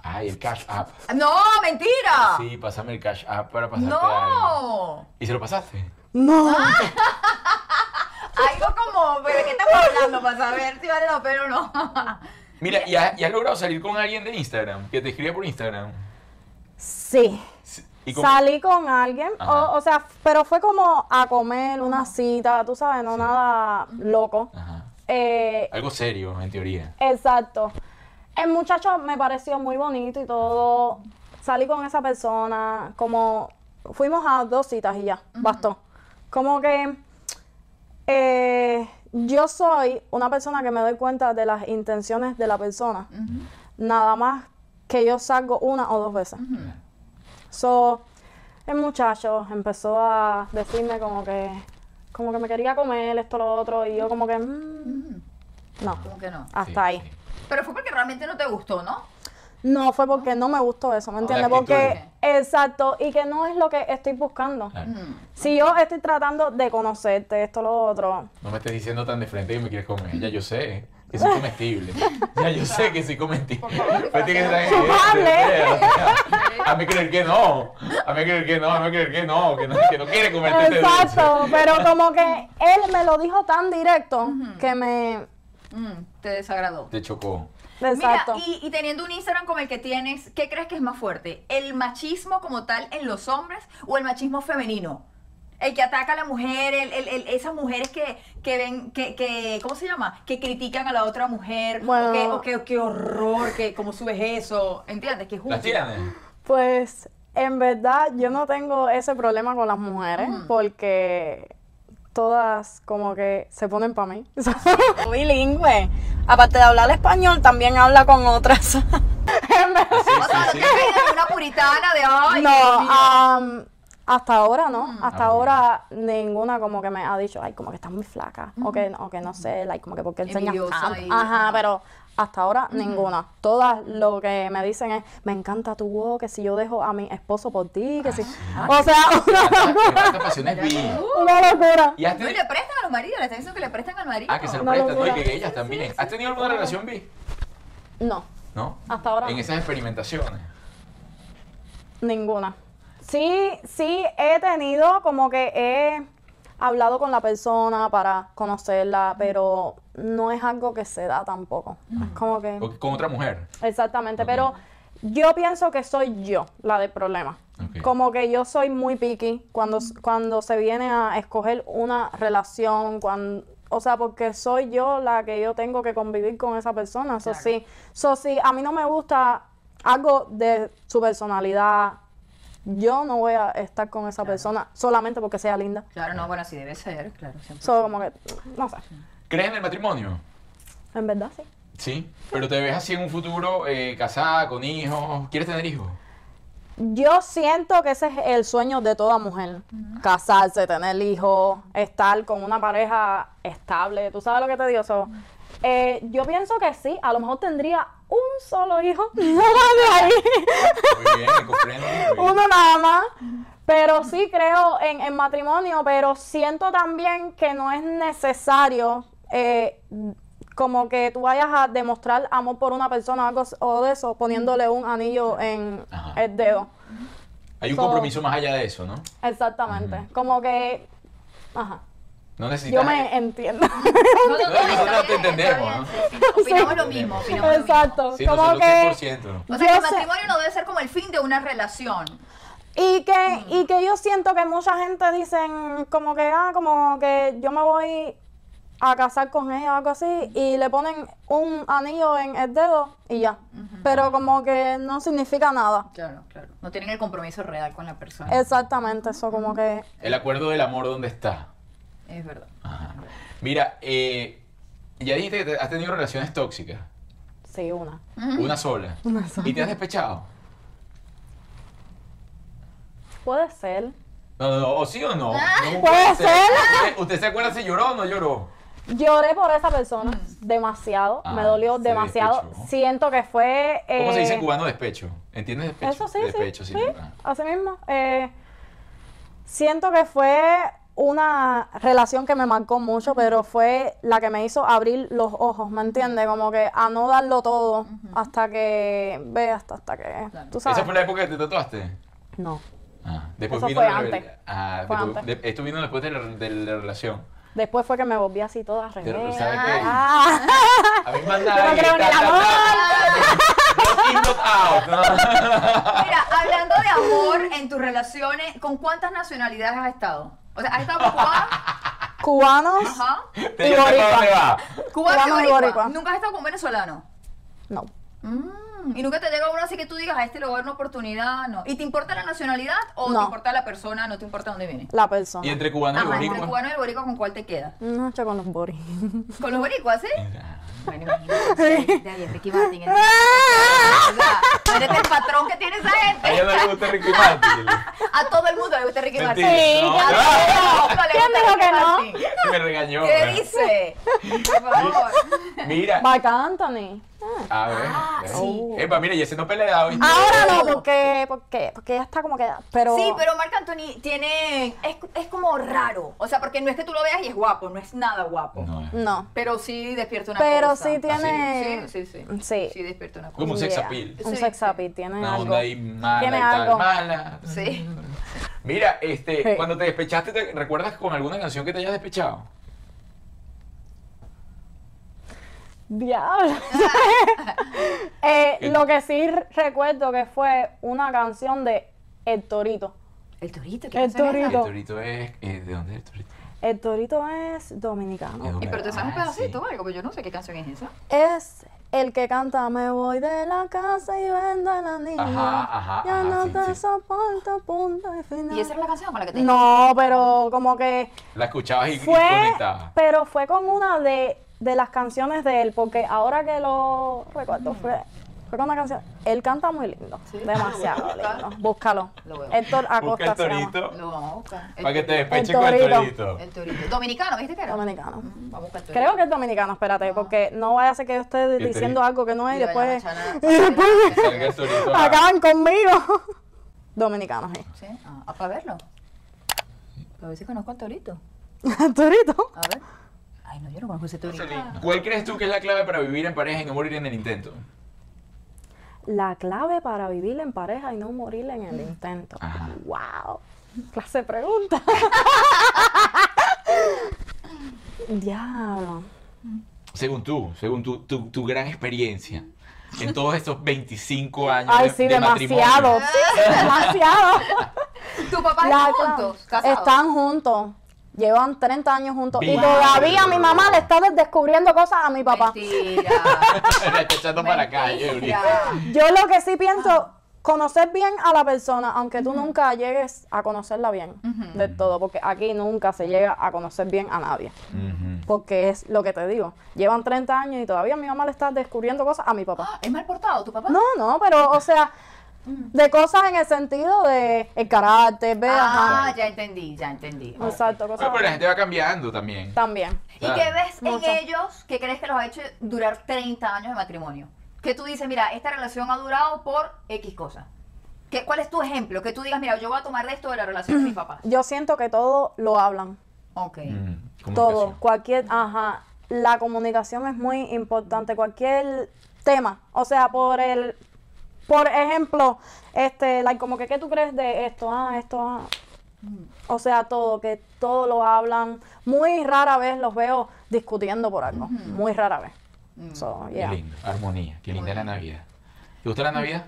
Speaker 1: Ay, el cash app.
Speaker 2: Ah, ¡No,
Speaker 3: Ah.
Speaker 2: mentira!
Speaker 1: Sí, pásame el cash app para pasarte algo.
Speaker 2: ¡No!
Speaker 1: ¿Y se lo pasaste?
Speaker 3: No.
Speaker 2: ¿Ah? Algo como, ¿pero de qué estamos hablando? Para saber si vale la pena o no.
Speaker 1: Mira, ¿y has, y has logrado salir con alguien de Instagram? Que te escribe por Instagram.
Speaker 3: Sí.
Speaker 1: Sí, ¿Y cómo-
Speaker 3: Salí con alguien,
Speaker 1: Ajá.
Speaker 3: o, o sea, f- pero fue como a comer, una cita, tú sabes, no nada loco.
Speaker 1: Ajá.
Speaker 3: Eh,
Speaker 1: Algo serio, en teoría.
Speaker 3: Exacto. El muchacho me pareció muy bonito y todo. Salí con esa persona, como fuimos a dos citas y ya, bastó. Como que eh, yo soy una persona que me doy cuenta de las intenciones de la persona, nada más que yo salgo una o dos veces. So, el muchacho empezó a decirme como que, como que me quería comer esto, lo otro, y yo como que, mm, no,
Speaker 2: ¿Cómo que no?
Speaker 3: hasta
Speaker 1: Sí,
Speaker 3: ahí.
Speaker 1: sí.
Speaker 2: Pero fue porque realmente no te gustó, ¿no?
Speaker 3: No, fue porque no me gustó eso, ¿me entiendes?
Speaker 1: actitud.
Speaker 3: Porque, exacto, y que no es lo que estoy buscando.
Speaker 1: Claro.
Speaker 3: Si yo estoy tratando de conocerte, esto, lo otro,
Speaker 1: No me estés diciendo tan de frente que me quieres comer. Ya yo sé que soy comestible. Ya yo sé que soy comestible. Me tienes que estar- A mí creer que no. A mí creer que no. A mí creer que no. Que no, que no quiere comerte este dulce.
Speaker 3: exacto, pero como que él me lo dijo tan directo que me,
Speaker 2: Mm, te desagradó.
Speaker 1: Te chocó.
Speaker 3: exacto.
Speaker 2: Mira, y, y teniendo un Instagram como el que tienes, ¿qué crees que es más fuerte? ¿El machismo como tal en los hombres o el machismo femenino? El que ataca a la mujer, el- el- el- esas mujeres que, que ven, que, que, ¿cómo se llama? Que critican a la otra mujer.
Speaker 3: Bueno.
Speaker 2: o que, o que- qué horror, que, ¿cómo subes eso? ¿Entiendes? Que es
Speaker 1: ¿Las tienes?
Speaker 3: Pues en verdad yo no tengo ese problema con las mujeres porque todas como que se ponen para mí. Bilingüe. Aparte de hablar español, también habla con otras. En verdad.
Speaker 2: O sea, no te ríes de una puritana de ay.
Speaker 3: No, ah.
Speaker 2: Dios mío". Mm.
Speaker 3: am, hasta ahora no. Hasta
Speaker 1: Ah,
Speaker 3: ahora ninguna como que me ha dicho, ay, como que estás muy flaca. O, que, o que no sé, like, como que porque enseñas
Speaker 2: Envidiosa
Speaker 3: tanto".
Speaker 2: y-
Speaker 3: Ajá, pero hasta ahora ninguna. Todas lo que me dicen es, me encanta tu voz, que si yo dejo a mi esposo por ti, que si...
Speaker 2: Ah.
Speaker 3: O sea, una,
Speaker 1: Estas pasiones bien.
Speaker 3: una locura.
Speaker 1: ¿Y has
Speaker 2: No, y
Speaker 1: tenido...
Speaker 2: le prestan a los maridos, le están diciendo que le prestan al marido.
Speaker 1: Ah, que se lo
Speaker 3: No lo
Speaker 1: prestan. No, y
Speaker 3: juro.
Speaker 1: que ellas también. ¿Has tenido alguna relación bi?
Speaker 3: No,
Speaker 1: ¿No?
Speaker 3: hasta ahora
Speaker 1: En esas experimentaciones.
Speaker 3: Ninguna. Sí, sí, he tenido como que he hablado con la persona para conocerla, pero no es algo que se da tampoco. Es como que...
Speaker 1: O con otra mujer.
Speaker 3: Exactamente,
Speaker 1: Ok.
Speaker 3: pero yo pienso que soy yo la del problema.
Speaker 1: Ok.
Speaker 3: Como que yo soy muy picky cuando, s- cuando se viene a escoger una relación, cuando, o sea, porque soy yo la que yo tengo que convivir con esa persona. Eso
Speaker 2: Claro.
Speaker 3: sí, so, sí, a mí no me gusta algo de su personalidad. Yo no voy a estar con esa persona solamente porque sea linda.
Speaker 2: Claro, no, bueno, así debe ser, claro. siempre.
Speaker 3: Solo como que, no sé.
Speaker 1: ¿Crees en el matrimonio?
Speaker 3: En verdad, sí.
Speaker 1: Sí. Pero te ves así en un futuro eh, casada, con hijos. ¿Quieres tener hijos?
Speaker 3: Yo siento que ese es el sueño de toda mujer. Casarse, tener hijos, estar con una pareja estable. ¿Tú sabes lo que te digo? So, eh, yo pienso que sí. A lo mejor tendría un solo hijo. No más de ahí.
Speaker 1: Muy bien, me comprendo. muy bien.
Speaker 3: Uno nada más. Pero sí creo en, en matrimonio, pero siento también que no es necesario eh, como que tú vayas a demostrar amor por una persona o algo s- o de eso, poniéndole un anillo en
Speaker 1: Ajá.
Speaker 3: el dedo.
Speaker 1: Hay un
Speaker 3: So-
Speaker 1: compromiso más allá de eso, ¿no?
Speaker 3: Exactamente. Como que... Ajá.
Speaker 1: No necesitas.
Speaker 3: Yo me entiendo.
Speaker 2: No, no,
Speaker 1: Nosotros
Speaker 2: está
Speaker 1: no te
Speaker 2: bien, está
Speaker 1: entendemos,
Speaker 2: bien, sí, sí, Opinamos lo mismo, opinamos lo mismo.
Speaker 3: Exacto.
Speaker 1: Sí,
Speaker 3: como
Speaker 1: nosotros
Speaker 3: que...
Speaker 1: 100%.
Speaker 2: O sea, que el
Speaker 3: Yo sé-
Speaker 2: matrimonio no debe ser como el fin de una relación.
Speaker 3: Y que, y que yo siento que mucha gente dicen como que, ah, como que yo me voy a casar con ella o algo así, y le ponen un anillo en el dedo y ya. Pero como que no significa nada.
Speaker 2: Claro, claro. No tienen el compromiso real con la persona.
Speaker 3: Exactamente, eso como que...
Speaker 1: El acuerdo del amor, ¿dónde está?
Speaker 2: Es verdad.
Speaker 1: Ajá. Mira, eh, ya dijiste que te- has tenido relaciones tóxicas.
Speaker 3: Sí, una.
Speaker 1: Una sola.
Speaker 3: Una sola.
Speaker 1: ¿Y te has despechado?
Speaker 3: Puede ser.
Speaker 1: No, no, no, o sí o no. No,
Speaker 3: Ah, ¿Puede ser?
Speaker 1: ¿Usted- ¿Usted se acuerda si lloró o no lloró?
Speaker 3: Lloré por esa persona demasiado,
Speaker 1: Ah,
Speaker 3: me dolió
Speaker 1: se
Speaker 3: demasiado.
Speaker 1: despechó.
Speaker 3: Siento que fue...
Speaker 1: ¿Cómo se dice
Speaker 3: eh,
Speaker 1: en cubano despecho? ¿Entiendes despecho?
Speaker 3: Eso sí,
Speaker 1: despecho,
Speaker 3: sí,
Speaker 1: sí.
Speaker 3: sí,
Speaker 1: Ah.
Speaker 3: así mismo. Eh, siento que fue una relación que me marcó mucho, pero fue la que me hizo abrir los ojos, ¿me entiendes? Como que a no darlo todo hasta que ve hasta, hasta que
Speaker 2: Claro.
Speaker 3: tú sabes.
Speaker 1: ¿Esa fue la época que te tatuaste?
Speaker 3: No,
Speaker 1: Ah, después
Speaker 3: Eso
Speaker 1: vino
Speaker 3: fue
Speaker 1: la
Speaker 3: antes.
Speaker 1: rebel- Ah,
Speaker 3: Fue
Speaker 1: después-
Speaker 3: antes.
Speaker 1: de- esto vino después de la, de la relación.
Speaker 3: después fue que me volví así toda
Speaker 1: Pero,
Speaker 3: rebelde.
Speaker 1: ¿sabes qué?
Speaker 3: Pues Ah,
Speaker 1: A mí me mandan
Speaker 3: yo no
Speaker 1: ahí,
Speaker 3: creo en
Speaker 1: ta,
Speaker 3: el
Speaker 1: ta, ta,
Speaker 3: amor.
Speaker 1: not in, not out, ¿no?
Speaker 2: Mira, hablando de amor en tus relaciones, ¿con cuántas nacionalidades has estado? O sea, ¿has estado con Cuba?
Speaker 3: Cubanos,
Speaker 2: Ajá.
Speaker 1: Te digo, ¿para
Speaker 3: boricua. Ah.
Speaker 1: dónde va?
Speaker 2: Cuba
Speaker 3: Cubano y
Speaker 2: y boricua.
Speaker 3: boricua.
Speaker 2: Nunca has estado con venezolano.
Speaker 3: no.
Speaker 2: Mm, Y nunca te llega uno así que tú digas, a este le voy a dar una oportunidad, no. ¿Y te importa la nacionalidad o
Speaker 3: No.
Speaker 2: te importa la persona, no te importa dónde viene?
Speaker 3: La persona.
Speaker 1: Y entre cubano y
Speaker 3: Ah,
Speaker 2: Ajá, Ah, entre
Speaker 1: Ah, boricua.
Speaker 2: cubano y el boricua, ¿con cuál te queda?
Speaker 3: No, che, con los boris.
Speaker 2: ¿Con los boricuas, sí?
Speaker 1: Ah,
Speaker 2: Bueno, imagínate, de ahí, Ricky Martin. el- Ah. O sea, eres el patrón que tiene esa
Speaker 1: A ella
Speaker 2: gente.
Speaker 1: no le gusta Ricky Martin.
Speaker 2: A todo el mundo le gusta Ricky Martin.
Speaker 1: Mentira. Ah.
Speaker 3: Sí,
Speaker 1: No, no,
Speaker 3: claro.
Speaker 2: No, no le
Speaker 3: ¿Quién
Speaker 2: gusta
Speaker 3: dijo
Speaker 2: Ricky
Speaker 3: que no?
Speaker 2: Martin.
Speaker 1: Me regañó.
Speaker 2: ¿Qué
Speaker 1: ¿verdad?
Speaker 2: dice? Por favor.
Speaker 1: Mira,
Speaker 3: Marc Anthony. Ah.
Speaker 1: a ver. Oh.
Speaker 2: sí.
Speaker 1: Epa, mira, ya se no pelea hoy.
Speaker 3: Ahora no, porque, porque, porque ya está como que. Pero,
Speaker 2: Sí, pero Marc Anthony tiene. Es, es como raro. O sea, porque no es que tú lo veas y es guapo, no es nada guapo.
Speaker 1: No, es
Speaker 3: No.
Speaker 2: Pero sí despierta una
Speaker 3: Pero
Speaker 2: cosa. Ah,
Speaker 3: sí tiene.
Speaker 2: Sí, sí, sí.
Speaker 3: Sí.
Speaker 2: Sí despierta una cosa.
Speaker 1: como un sex
Speaker 3: Yeah.
Speaker 1: appeal.
Speaker 3: Un
Speaker 2: Sí,
Speaker 3: sex
Speaker 2: sí.
Speaker 3: appeal, tiene
Speaker 1: Una
Speaker 3: algo.
Speaker 1: onda ahí mala y
Speaker 3: Tiene
Speaker 1: tal,
Speaker 3: algo.
Speaker 1: mala.
Speaker 2: Sí.
Speaker 1: Mira, este,
Speaker 3: Sí.
Speaker 1: cuando te despechaste, ¿te recuerdas con alguna canción que te hayas despechado?
Speaker 3: Diablo. Eh, lo que sí recuerdo que fue una canción de El Torito.
Speaker 2: El torito, ¿qué
Speaker 3: El
Speaker 2: canción es esa?
Speaker 1: El
Speaker 3: torito. No.
Speaker 1: torito es, eh, ¿de dónde es el torito?
Speaker 3: El Torito es dominicano.
Speaker 2: Y pero te sabes un
Speaker 1: Ah, sí.
Speaker 2: pedacito o algo, pero yo no sé qué canción es esa.
Speaker 3: Es el que canta Me voy de la casa y vendo a la niña.
Speaker 1: Ajá, ajá,
Speaker 3: ya
Speaker 1: ajá,
Speaker 3: no
Speaker 1: sí,
Speaker 3: te
Speaker 1: sí.
Speaker 3: soporto, punto y final.
Speaker 2: Y esa es la canción con la que te.
Speaker 3: No, pero como que
Speaker 1: La escuchabas y, y
Speaker 3: Fue,
Speaker 1: conectabas.
Speaker 3: pero fue con una de, de las canciones de él, porque ahora que lo recuerdo, fue, fue con una canción. Él canta muy lindo,
Speaker 2: Sí.
Speaker 3: demasiado
Speaker 2: Lo voy a buscar.
Speaker 3: lindo. Búscalo.
Speaker 2: Lo voy a
Speaker 3: Héctor
Speaker 1: Busca el
Speaker 3: Acosta se llama.
Speaker 1: torito
Speaker 2: Lo vamos a buscar. El
Speaker 1: para que te
Speaker 2: torito.
Speaker 1: despeches
Speaker 3: El
Speaker 1: con el
Speaker 3: torito.
Speaker 1: torito.
Speaker 2: El torito. Dominicano, ¿viste que era?
Speaker 3: Dominicano.
Speaker 2: Mm, Vamos a buscar el torito.
Speaker 3: Creo que es dominicano, espérate, porque no vaya a ser que yo esté
Speaker 1: te
Speaker 3: diciendo
Speaker 1: dije?
Speaker 3: algo que no es y
Speaker 2: Y vayan a
Speaker 3: después
Speaker 2: echar a-
Speaker 1: Salga el torito. ah.
Speaker 3: acaban conmigo. Dominicano, sí.
Speaker 2: Sí, ah, ah, para verlo. Para ver si conozco al torito.
Speaker 3: Torito.
Speaker 2: A ver. Ay, no, yo no conozco ese torito.
Speaker 1: ¿Cuál crees tú que es la clave para vivir en pareja y no morir en el intento?
Speaker 3: La clave para vivir en pareja y no morir en el intento.
Speaker 1: Ajá.
Speaker 3: ¡Wow! Clase de pregunta. Diablo.
Speaker 1: Según tú, según tú, tu, tu gran experiencia en todos estos 25 años
Speaker 3: Ay,
Speaker 1: de,
Speaker 3: sí,
Speaker 1: de
Speaker 3: demasiado.
Speaker 1: matrimonio.
Speaker 3: Sí, demasiado.
Speaker 2: ¿Tu papá está
Speaker 3: La clave-
Speaker 2: juntos? ¿Casados?
Speaker 3: Están juntos. Llevan 30 años juntos. Y
Speaker 1: Bien.
Speaker 3: todavía mi mamá le está descubriendo cosas a mi papá.
Speaker 2: Mentira.
Speaker 1: La está echando para la calle.
Speaker 2: Mentira.
Speaker 1: Yuri.
Speaker 3: Yo lo que sí pienso conocer bien a la persona, aunque tú nunca llegues a conocerla bien del todo, porque aquí nunca se llega a conocer bien a nadie. Porque es lo que te digo, llevan 30 años y todavía mi mamá le está descubriendo cosas a mi papá.
Speaker 2: Ah, ¿Es mal portado tu papá?
Speaker 3: No, no, pero, o sea, de cosas en el sentido de el carácter, ve, ajá.
Speaker 2: Ah, ya entendí, ya entendí.
Speaker 3: Exacto, cosas
Speaker 1: Bueno, pero la gente va cambiando también.
Speaker 3: también.
Speaker 2: ¿Y
Speaker 1: Claro.
Speaker 2: qué ves
Speaker 3: Mucho.
Speaker 2: en ellos que crees que los ha hecho durar 30 años de matrimonio? Que tú dices, mira, esta relación ha durado por X cosa. ¿Qué, ¿Cuál es tu ejemplo? Que tú digas, mira, yo voy a tomar de esto de la relación
Speaker 3: Mm.
Speaker 2: de mis papás.
Speaker 3: Yo siento que todo lo hablan,
Speaker 2: Ok.
Speaker 1: Mm,
Speaker 3: todo,
Speaker 1: comunicación.
Speaker 3: cualquier, ajá, la comunicación es muy importante, cualquier tema, o sea, por el, por ejemplo, este, like, como que, ¿qué tú crees de esto? Ah, esto, ah,
Speaker 2: Mm.
Speaker 3: o sea, todo, que todo lo hablan, muy rara vez los veo discutiendo por algo,
Speaker 2: Mm-hmm.
Speaker 3: muy rara vez.
Speaker 2: Mm.
Speaker 3: So,
Speaker 1: Qué
Speaker 3: yeah.
Speaker 1: lindo, armonía, qué linda la Navidad. ¿Te gusta la Navidad?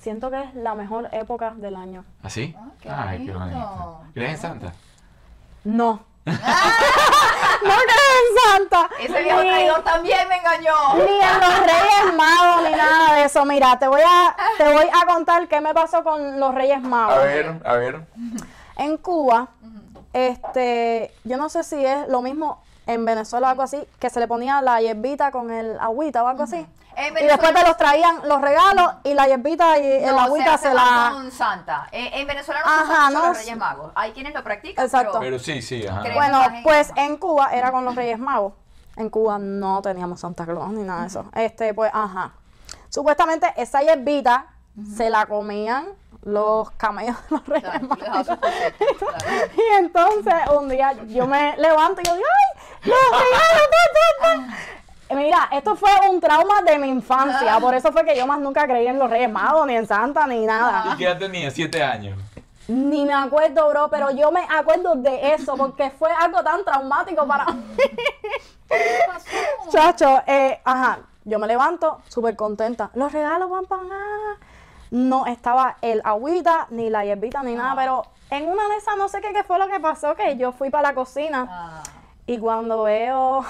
Speaker 3: Siento que es la mejor época del año.
Speaker 1: ¿Así?
Speaker 2: Ah, qué
Speaker 1: Ay, qué
Speaker 2: bonito.
Speaker 1: bonito. ¿Crees en Santa?
Speaker 3: No. no creo en Santa.
Speaker 2: Ese viejo
Speaker 3: Ni-
Speaker 2: traidor también me engañó.
Speaker 3: Ni en los Reyes Magos ni nada de eso. Mira, te voy a te voy a contar qué me pasó con los Reyes Magos.
Speaker 1: A ver, a ver.
Speaker 3: En Cuba, este, yo no sé si es lo mismo en Venezuela o algo así, que se le ponía la hierbita con el agüita o algo así.
Speaker 2: En
Speaker 3: Y después
Speaker 2: Venezuela-
Speaker 3: te los traían los regalos y la hierbita y el
Speaker 2: No,
Speaker 3: agüita
Speaker 2: se,
Speaker 3: se,
Speaker 2: hace más
Speaker 3: la
Speaker 2: con Santa. Eh, en Venezuela no se
Speaker 3: Ajá,
Speaker 2: usan mucho
Speaker 3: no
Speaker 2: los
Speaker 3: se-
Speaker 2: Reyes Magos. Hay quienes lo practican.
Speaker 3: Exacto.
Speaker 1: Pero
Speaker 2: pero-
Speaker 1: sí, sí, ajá.
Speaker 2: Creo-
Speaker 3: Bueno,
Speaker 2: Ajá.
Speaker 3: pues en Cuba era con los Reyes Magos. En Cuba no teníamos Santa Claus ni nada de eso. Este, pues, ajá. Supuestamente esa hierbita se la comían los camellos de los Reyes
Speaker 2: Claro, tú le das
Speaker 3: Magos.
Speaker 2: sus cositas, claro.
Speaker 3: Y entonces un día yo me levanto y yo digo, ¡ay! ¡Los regalos! ta, ta, ta". Mira, esto fue un trauma de mi infancia. Por eso fue que yo más nunca creí en los Reyes Magos, ni en Santa, ni nada.
Speaker 1: ¿Y qué edad tenía? Siete años.
Speaker 3: Ni me acuerdo, bro, pero yo me acuerdo de eso porque fue algo tan traumático para mí. Chacho, eh, ajá, yo me levanto súper contenta. Los regalos, pam, pam, ah. No estaba el agüita, ni la hierbita, ni
Speaker 2: Ah.
Speaker 3: nada, pero en una de esas no sé qué, qué fue lo que pasó, que yo fui para la cocina
Speaker 2: Ah,
Speaker 3: y cuando veo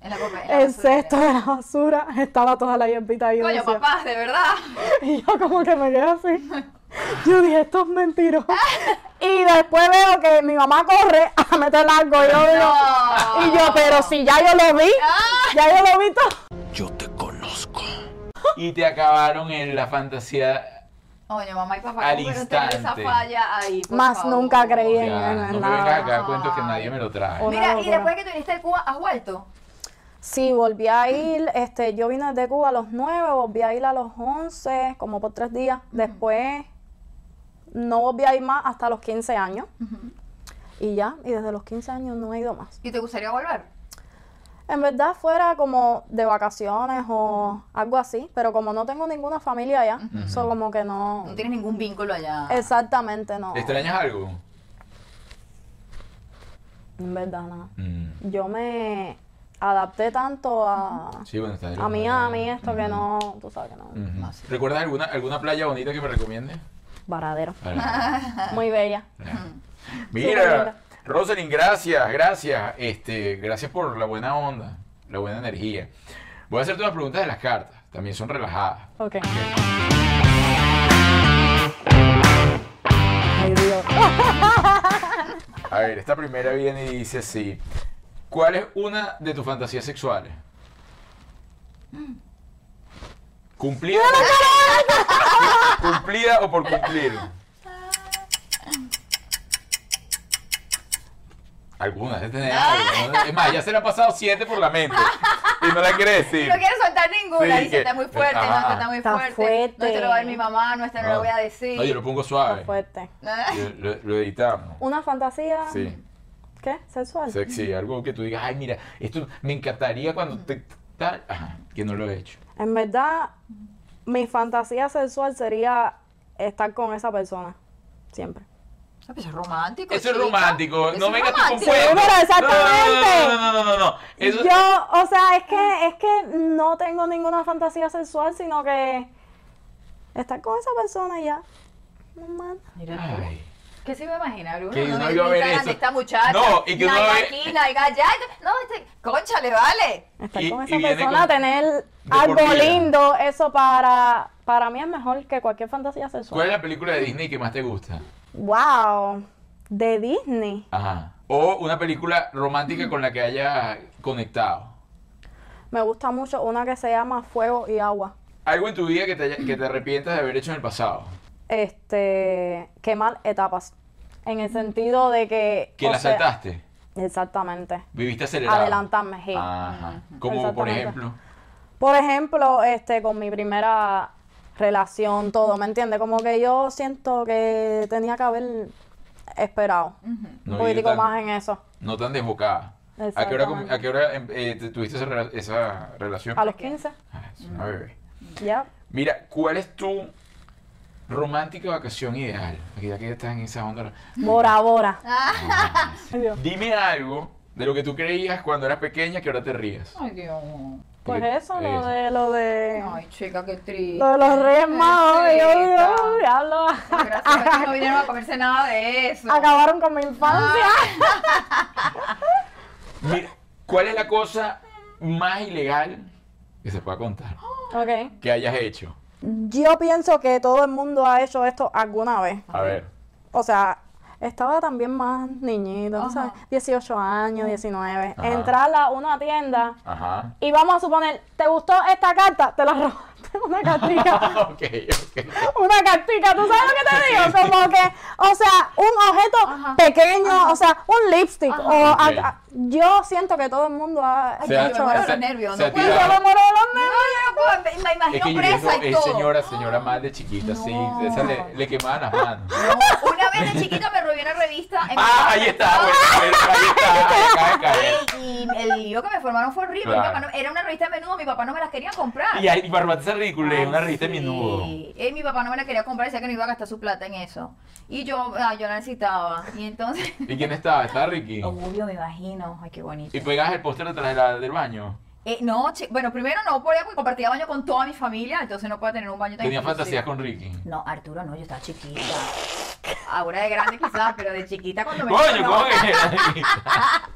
Speaker 2: en la copa- en la
Speaker 3: el
Speaker 2: basura.
Speaker 3: cesto de la basura, estaba toda la hierbita ahí. yo
Speaker 2: Coño,
Speaker 3: decía-
Speaker 2: papás, de verdad.
Speaker 3: y yo como que me quedé así. Yo dije, esto es mentiroso. Y después veo que mi mamá corre a meter algo. Y yo digo,
Speaker 2: No.
Speaker 3: y yo, pero si ya yo lo vi,
Speaker 2: Ah.
Speaker 3: ya yo lo vi todo.
Speaker 4: Yo te conozco.
Speaker 1: Y te acabaron en la fantasía.
Speaker 2: Oye, mamá y papá,
Speaker 1: Al
Speaker 2: ¿cómo pero tienen esa
Speaker 1: instante.
Speaker 2: falla ahí. por
Speaker 3: Más
Speaker 2: favor?
Speaker 3: nunca creí en,
Speaker 1: Ya,
Speaker 3: en Oh,
Speaker 1: no me
Speaker 3: nada.
Speaker 1: vengas acá cuentos que nadie me lo trae.
Speaker 3: Una
Speaker 2: Mira, y
Speaker 3: locura.
Speaker 2: después que tú viniste de Cuba, ¿has vuelto?
Speaker 3: Sí, volví a ir, este, yo vine de Cuba a los 9, volví a ir a los 11, como por tres días. Después no volví a ir más hasta los 15 años. Y ya, y desde los 15 años no he ido más.
Speaker 2: ¿Y te gustaría volver?
Speaker 3: En verdad fuera como de vacaciones o algo así, pero como no tengo ninguna familia allá, eso como que no...
Speaker 2: No tienes ningún vínculo allá.
Speaker 3: Exactamente, no.
Speaker 1: ¿Extrañas algo?
Speaker 3: En verdad, no.
Speaker 1: Mm.
Speaker 3: Yo me adapté tanto a,
Speaker 1: Sí, bueno, Mm. está de
Speaker 3: a
Speaker 1: locura.
Speaker 3: Miami, esto que
Speaker 1: Ujú.
Speaker 3: no, tú sabes que no.
Speaker 1: Ujú. ¿Recuerdas alguna, alguna playa bonita que me recomiendes?
Speaker 3: Varadero.
Speaker 1: Para-
Speaker 3: Muy bella.
Speaker 1: Mira, Rosalind, gracias, gracias. Este, gracias por la buena onda, la buena energía. Voy a hacerte unas preguntas de las cartas. También son relajadas.
Speaker 3: Ok. Ay, Dios.
Speaker 1: A ver, esta primera viene y dice así. ¿Cuál es una de tus fantasías sexuales? ¿Cumplida? ¿Cumplida o por cumplir? Algunas, de tener
Speaker 2: Ah.
Speaker 1: algo, ¿no? Es más, ya se le han pasado siete por la mente. Y no la quiere decir.
Speaker 2: No quiero soltar ninguna,
Speaker 1: Sí,
Speaker 2: dice,
Speaker 1: que-
Speaker 2: está muy fuerte,
Speaker 1: Ajá.
Speaker 2: no, esta está muy
Speaker 3: Está
Speaker 2: fuerte.
Speaker 3: fuerte.
Speaker 2: No te lo va a ver mi mamá, no, esta no la voy a decir. Ah,
Speaker 1: No, yo Ah. lo pongo
Speaker 3: Está
Speaker 1: suave.
Speaker 3: Oh, fuerte.
Speaker 1: Yo- Lo, lo editamos.
Speaker 3: Una fantasía,
Speaker 1: Sí.
Speaker 3: ¿qué? Sexual.
Speaker 1: Sexy. Algo que tú digas, ay, mira, esto me encantaría cuando te. Tal. Ajá, que no lo he hecho.
Speaker 3: En verdad, mi fantasía sexual sería estar con esa persona. Siempre.
Speaker 2: Ah, pues es romántico.
Speaker 1: Eso es
Speaker 2: chica.
Speaker 1: romántico.
Speaker 2: Eso
Speaker 1: no
Speaker 2: es
Speaker 1: vengas tú con
Speaker 2: romántico.
Speaker 1: fuego.
Speaker 3: Pero exactamente.
Speaker 1: No, no, no, no, no, no, no. Eso,
Speaker 3: Yo, o sea, es que, es que no tengo ninguna fantasía sexual, sino que estar con esa persona y ya. No man.
Speaker 2: Mira tú.
Speaker 1: Ay,
Speaker 2: ¿Qué se iba a imaginar, Bruno?
Speaker 1: Que uno
Speaker 2: me
Speaker 1: iba a ver
Speaker 2: invitan
Speaker 1: eso.
Speaker 2: Esta muchacha.
Speaker 1: No, y que uno
Speaker 2: nalga
Speaker 1: va a ver-
Speaker 2: aquí, nalga allá. No, este... Concha, le vale.
Speaker 3: Estar
Speaker 1: Y-
Speaker 3: con
Speaker 1: y
Speaker 3: esa
Speaker 1: viene
Speaker 3: persona,
Speaker 1: con-
Speaker 3: tener
Speaker 1: por
Speaker 3: algo
Speaker 1: vida.
Speaker 3: lindo, eso para Para mí es mejor que cualquier fantasía sexual.
Speaker 1: ¿Cuál es la película de Disney que más te gusta?
Speaker 3: Wow, de Disney.
Speaker 1: Ajá. O una película romántica con la que haya conectado.
Speaker 3: Me gusta mucho una que se llama Fuego y Agua.
Speaker 1: Algo en tu vida que te, haya- que te arrepientas de haber hecho en el pasado.
Speaker 3: Este, quemar etapas. En el sentido de que.
Speaker 1: Que
Speaker 3: o
Speaker 1: la
Speaker 3: sea,
Speaker 1: saltaste.
Speaker 3: Exactamente.
Speaker 1: Viviste acelerado.
Speaker 3: Adelantarme, sí.
Speaker 1: Ah. Ajá. Como por
Speaker 3: Exactamente.
Speaker 1: ejemplo.
Speaker 3: Por ejemplo, este, con mi primera relación, todo, ¿me entiendes? Como que yo siento que tenía que haber esperado
Speaker 1: No
Speaker 3: un
Speaker 1: ir
Speaker 3: poquitico
Speaker 1: tan-
Speaker 3: más en eso.
Speaker 1: No tan desbocada. ¿A qué hora, com-
Speaker 3: Exactamente.
Speaker 1: a qué hora em, eh, te tuviste esa, rela- esa relación?
Speaker 3: A los 15,
Speaker 1: Ah, es una bebé.
Speaker 3: ya.
Speaker 1: Mira, ¿cuál es tu romántica vacación ideal? Aquí ya que estás en esa onda.
Speaker 3: Bora Bora. Pues Ay, Dios.
Speaker 1: Dime algo de lo que tú creías cuando eras pequeña que ahora te rías.
Speaker 2: Ay, Dios.
Speaker 3: Pues
Speaker 1: Porque- Ah.
Speaker 3: eso, lo de, lo de,
Speaker 2: Ay, chica, qué triste.
Speaker 3: lo de los reyes magos, yo,
Speaker 2: Pobrecita.
Speaker 3: yo, diablo.
Speaker 2: Por Gracias a Dios no vinieron a comerse nada de eso.
Speaker 3: acabaron con mi infancia.
Speaker 1: Mira, ¿cuál es la cosa más ilegal que se pueda contar?
Speaker 2: Ah.
Speaker 3: Ok.
Speaker 1: Que hayas hecho.
Speaker 3: Yo pienso que todo el mundo ha hecho esto alguna vez.
Speaker 1: A ver.
Speaker 3: O sea, estaba también más niñito,
Speaker 2: Ajá.
Speaker 3: ¿sabes? 18 años, 19.
Speaker 1: Ajá.
Speaker 3: Entrar a una tienda
Speaker 1: Ajá.
Speaker 3: y vamos a suponer, ¿te gustó esta carta? Te la robaste una cartica.
Speaker 1: ok, ok.
Speaker 3: Una cartica, ¿tú sabes lo que te digo? Como que, o sea, un objeto
Speaker 2: Ajá.
Speaker 3: pequeño, o sea, un lipstick.
Speaker 2: Ajá.
Speaker 3: O a-
Speaker 1: Ok.
Speaker 3: a- yo siento que todo el mundo ha
Speaker 1: Se ha-
Speaker 3: hecho
Speaker 2: me muero
Speaker 3: eso.
Speaker 2: de nervios,
Speaker 1: se
Speaker 2: no
Speaker 1: ha
Speaker 2: puedo.
Speaker 3: Y yo me
Speaker 1: tirado-
Speaker 3: muero de los nervios.
Speaker 2: No, yo no puedo, me imagino
Speaker 1: Es que yo
Speaker 2: presa y
Speaker 1: es
Speaker 2: todo.
Speaker 1: señora, señora más de chiquita, sí.
Speaker 2: No.
Speaker 1: Esa le, le quemaban las manos.
Speaker 2: Una vez de chiquita me robé una revista. en
Speaker 1: Ah,
Speaker 2: mi
Speaker 1: ahí está, bueno, bueno, ahí está, ¿eh? cae, cae.
Speaker 2: Y el lío que me formaron fue horrible. Mi
Speaker 1: Claro.
Speaker 2: papá no- era una revista de menudo, mi papá no me las quería comprar.
Speaker 1: Y ahí, para remate ridículo, es una
Speaker 2: Ay,
Speaker 1: revista de menudo.
Speaker 2: sí. Eh, mi papá no me la quería comprar, decía que no iba a gastar su plata en eso. Y yo, ah, yo la necesitaba. Y entonces,
Speaker 1: ¿Y quién estaba? ¿Estaba Ricky?
Speaker 2: obvio, me imagino. Ay, qué bonito.
Speaker 1: ¿Y pegabas el póster detrás de la- del baño?
Speaker 2: Eh, no, che- bueno, primero no podía porque compartía baño con toda mi familia, entonces no podía tener un baño tan
Speaker 1: Tenía
Speaker 2: exclusivo.
Speaker 1: fantasías con Ricky.
Speaker 2: No, Arturo, no, yo estaba chiquita. Ahora de grande quizás, pero de chiquita cuando me
Speaker 1: Coño,
Speaker 2: no,
Speaker 1: ¿cómo que era?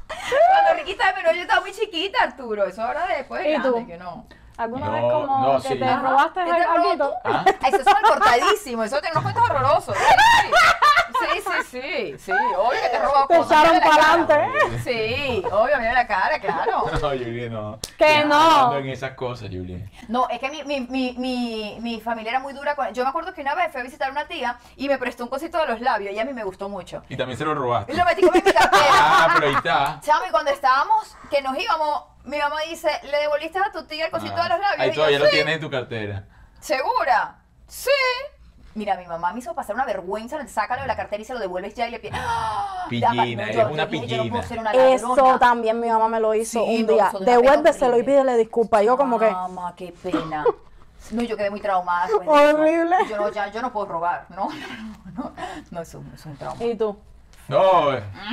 Speaker 2: Cuando Ricky estaba menor, yo estaba muy chiquita, Arturo. Eso ahora de después de
Speaker 3: ¿Y tú?
Speaker 2: grande, que no. Este
Speaker 3: ¿Alguna
Speaker 1: No,
Speaker 3: vez como
Speaker 1: no,
Speaker 3: que
Speaker 1: sí.
Speaker 3: te
Speaker 1: Ajá.
Speaker 3: robaste
Speaker 2: ¿Te has robado
Speaker 3: algo?
Speaker 2: tú?
Speaker 1: ¿Ah?
Speaker 2: Ay, Eso es cortadísimo, eso tiene unos cuentos horrorosos. Sí, sí, sí, sí, sí, obvio que te robo
Speaker 3: Te
Speaker 2: cosas.
Speaker 3: echaron
Speaker 2: mira la
Speaker 3: para
Speaker 2: cara.
Speaker 3: adelante.
Speaker 2: Sí, obvio, mira la cara, claro.
Speaker 1: No, Julie, no.
Speaker 3: Que
Speaker 1: Yo
Speaker 3: no.
Speaker 1: ando en esas cosas, Julie.
Speaker 2: No, es que mi, mi, mi, mi, mi familia era muy dura. con- Yo me acuerdo que una vez fui a visitar a una tía y me prestó un cosito de los labios y a mí me gustó mucho.
Speaker 1: Y también se lo
Speaker 2: Y
Speaker 1: robaste.
Speaker 2: lo metí con mi cartera.
Speaker 1: Ah, pero ahí está.
Speaker 2: Chami, cuando estábamos, que nos íbamos, mi mamá dice, ¿le devolviste a tu tía el cosito de los labios?
Speaker 1: Ahí
Speaker 2: Y
Speaker 1: todavía
Speaker 2: yo,
Speaker 1: lo
Speaker 2: "Sí".
Speaker 1: tienes en tu cartera.
Speaker 2: ¿Segura? Sí. Mira, mi mamá me hizo pasar una vergüenza, le- sácalo de la cartera y se lo devuelves ya y le pides. ¡Ah!
Speaker 1: Pillina,
Speaker 2: Dama,
Speaker 1: eres
Speaker 2: yo-
Speaker 1: una
Speaker 2: yo dije, yo no puedo
Speaker 1: pillina.
Speaker 2: ser una
Speaker 3: Eso
Speaker 2: ladrona.
Speaker 3: también mi mamá me lo hizo
Speaker 2: Sí,
Speaker 3: un
Speaker 2: no,
Speaker 3: día.
Speaker 2: eso de una
Speaker 3: Devuélveselo y
Speaker 2: pena horrible.
Speaker 3: pídele disculpas. Yo como que,
Speaker 2: Mamá, qué pena. No, yo quedé muy traumada. después de
Speaker 3: Horrible.
Speaker 2: eso. Yo no, ya, yo no puedo robar, ¿no? No, no, no, eso es un trauma.
Speaker 3: ¿y tú?
Speaker 1: No,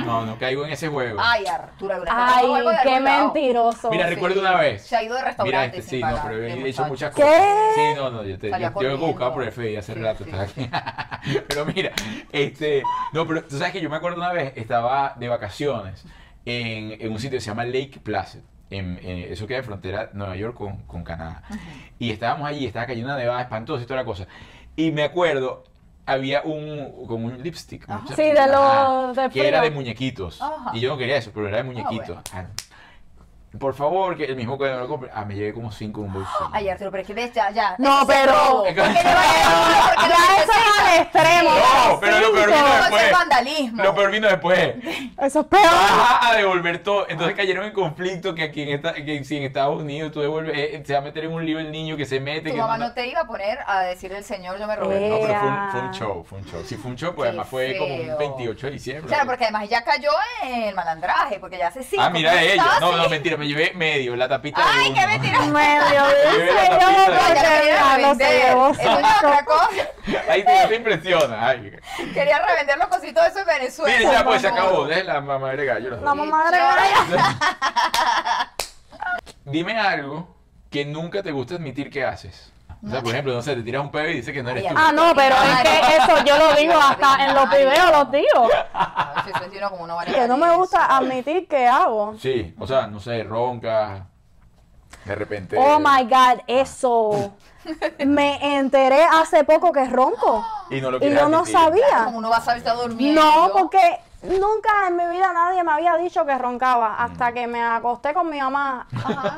Speaker 1: no, no caigo en ese juego.
Speaker 2: Ay, Arturo, durante
Speaker 3: Ay,
Speaker 2: todo el juego de
Speaker 3: qué
Speaker 2: algún lado.
Speaker 3: mentiroso.
Speaker 1: Mira, recuerdo una vez.
Speaker 2: Se ha ido de
Speaker 1: Mira,
Speaker 2: restaurante
Speaker 1: este,
Speaker 2: sin
Speaker 1: sí, no,
Speaker 2: pagar,
Speaker 1: pero
Speaker 2: de
Speaker 1: he hecho
Speaker 2: muchacho.
Speaker 1: muchas
Speaker 3: ¿Qué?
Speaker 1: cosas. Sí, no, no, yo te yo,
Speaker 2: Salía
Speaker 1: yo he buscado
Speaker 2: corriendo.
Speaker 1: por el Face hace
Speaker 2: Sí,
Speaker 1: rato,
Speaker 2: sí.
Speaker 1: estaba aquí. pero mira, este, no, pero tú sabes que yo me acuerdo una vez, estaba de vacaciones en, en un sitio que se llama Lake Placid. en- en- eso queda en frontera Nueva York con, con Canadá. Y estábamos allí, estaba cayendo una nevada espantosa y toda la cosa. Y me acuerdo, había un, como un lipstick. un
Speaker 2: Ajá.
Speaker 1: chap-
Speaker 3: Sí, de los- de
Speaker 1: Que era de
Speaker 3: frío.
Speaker 1: muñequitos.
Speaker 2: Ajá.
Speaker 1: Y yo no quería eso, pero era de muñequitos. Ah, por favor, que el mismo que me lo compre. Ah, me llevé como cinco en un bolsillo.
Speaker 2: Ay, Arturo, pero es que ves, ya, ya.
Speaker 3: No,
Speaker 2: eso es
Speaker 3: pero-
Speaker 2: todo. ¿Por qué le va a dar? ¿Por qué le va a
Speaker 3: Ya Ah, eso es al extremo.
Speaker 1: No, pero lo peor vino
Speaker 2: Eso es
Speaker 1: después.
Speaker 2: vandalismo.
Speaker 1: Lo peor vino después.
Speaker 3: Eso es peor.
Speaker 1: Vas a devolver todo. Entonces cayeron en conflicto que aquí en, esta- que si en Estados Unidos tú devuelves, eh, se va a meter en un lío el niño que se mete.
Speaker 2: Tu
Speaker 1: que
Speaker 2: mamá
Speaker 1: no-
Speaker 2: no te iba a poner a decirle al señor, yo me robé.
Speaker 3: Eh.
Speaker 1: No, pero fue un, fue un show, fue un show. Si fue un show, pues
Speaker 2: Qué
Speaker 1: además fue como un
Speaker 2: feo.
Speaker 1: 28 de diciembre.
Speaker 2: Claro, porque además ya cayó en el malandraje, porque ya hace cinco.
Speaker 1: Ah, mira ella.
Speaker 2: que estaba
Speaker 1: No,
Speaker 2: así.
Speaker 1: no, mentira, me llevé medio, la tapita de
Speaker 2: Ay,
Speaker 1: uno.
Speaker 2: qué mentira.
Speaker 3: Medio
Speaker 1: Llevé la
Speaker 3: dice
Speaker 1: tapita de-
Speaker 3: yo
Speaker 2: Ya la
Speaker 3: porque
Speaker 2: quería
Speaker 3: ya no se
Speaker 2: revender.
Speaker 3: llevó
Speaker 2: Eso es
Speaker 3: saco.
Speaker 2: otra cosa.
Speaker 1: Ahí te, te impresiona. Ay.
Speaker 2: Quería revender los cositos de eso en Venezuela.
Speaker 1: Mira, ya pues se
Speaker 2: amor.
Speaker 1: acabó. Es la mamá de gallo. la-
Speaker 3: La mamá de
Speaker 1: Dime algo que nunca te gusta admitir que haces. O sea, por ejemplo, no sé, te tiras un pedo y dices que no eres
Speaker 2: Ay,
Speaker 1: tú.
Speaker 3: Ah, no, pero es que eso yo lo digo hasta en los videos, los digo.
Speaker 2: Ay, Ah, sí, eso sí, uno como uno va a
Speaker 3: Que no me
Speaker 2: negar
Speaker 3: gusta
Speaker 2: eso.
Speaker 3: admitir que hago.
Speaker 1: Sí, o sea, no sé, ronca. De repente.
Speaker 3: Oh my God, eso. Me enteré hace poco que ronco.
Speaker 1: Y no lo
Speaker 3: Y
Speaker 1: quieres
Speaker 3: yo no
Speaker 1: admitir.
Speaker 3: sabía.
Speaker 2: Como uno va a salir durmiendo.
Speaker 3: Ah, No, porque nunca en mi vida nadie me había dicho que roncaba hasta que me acosté con mi mamá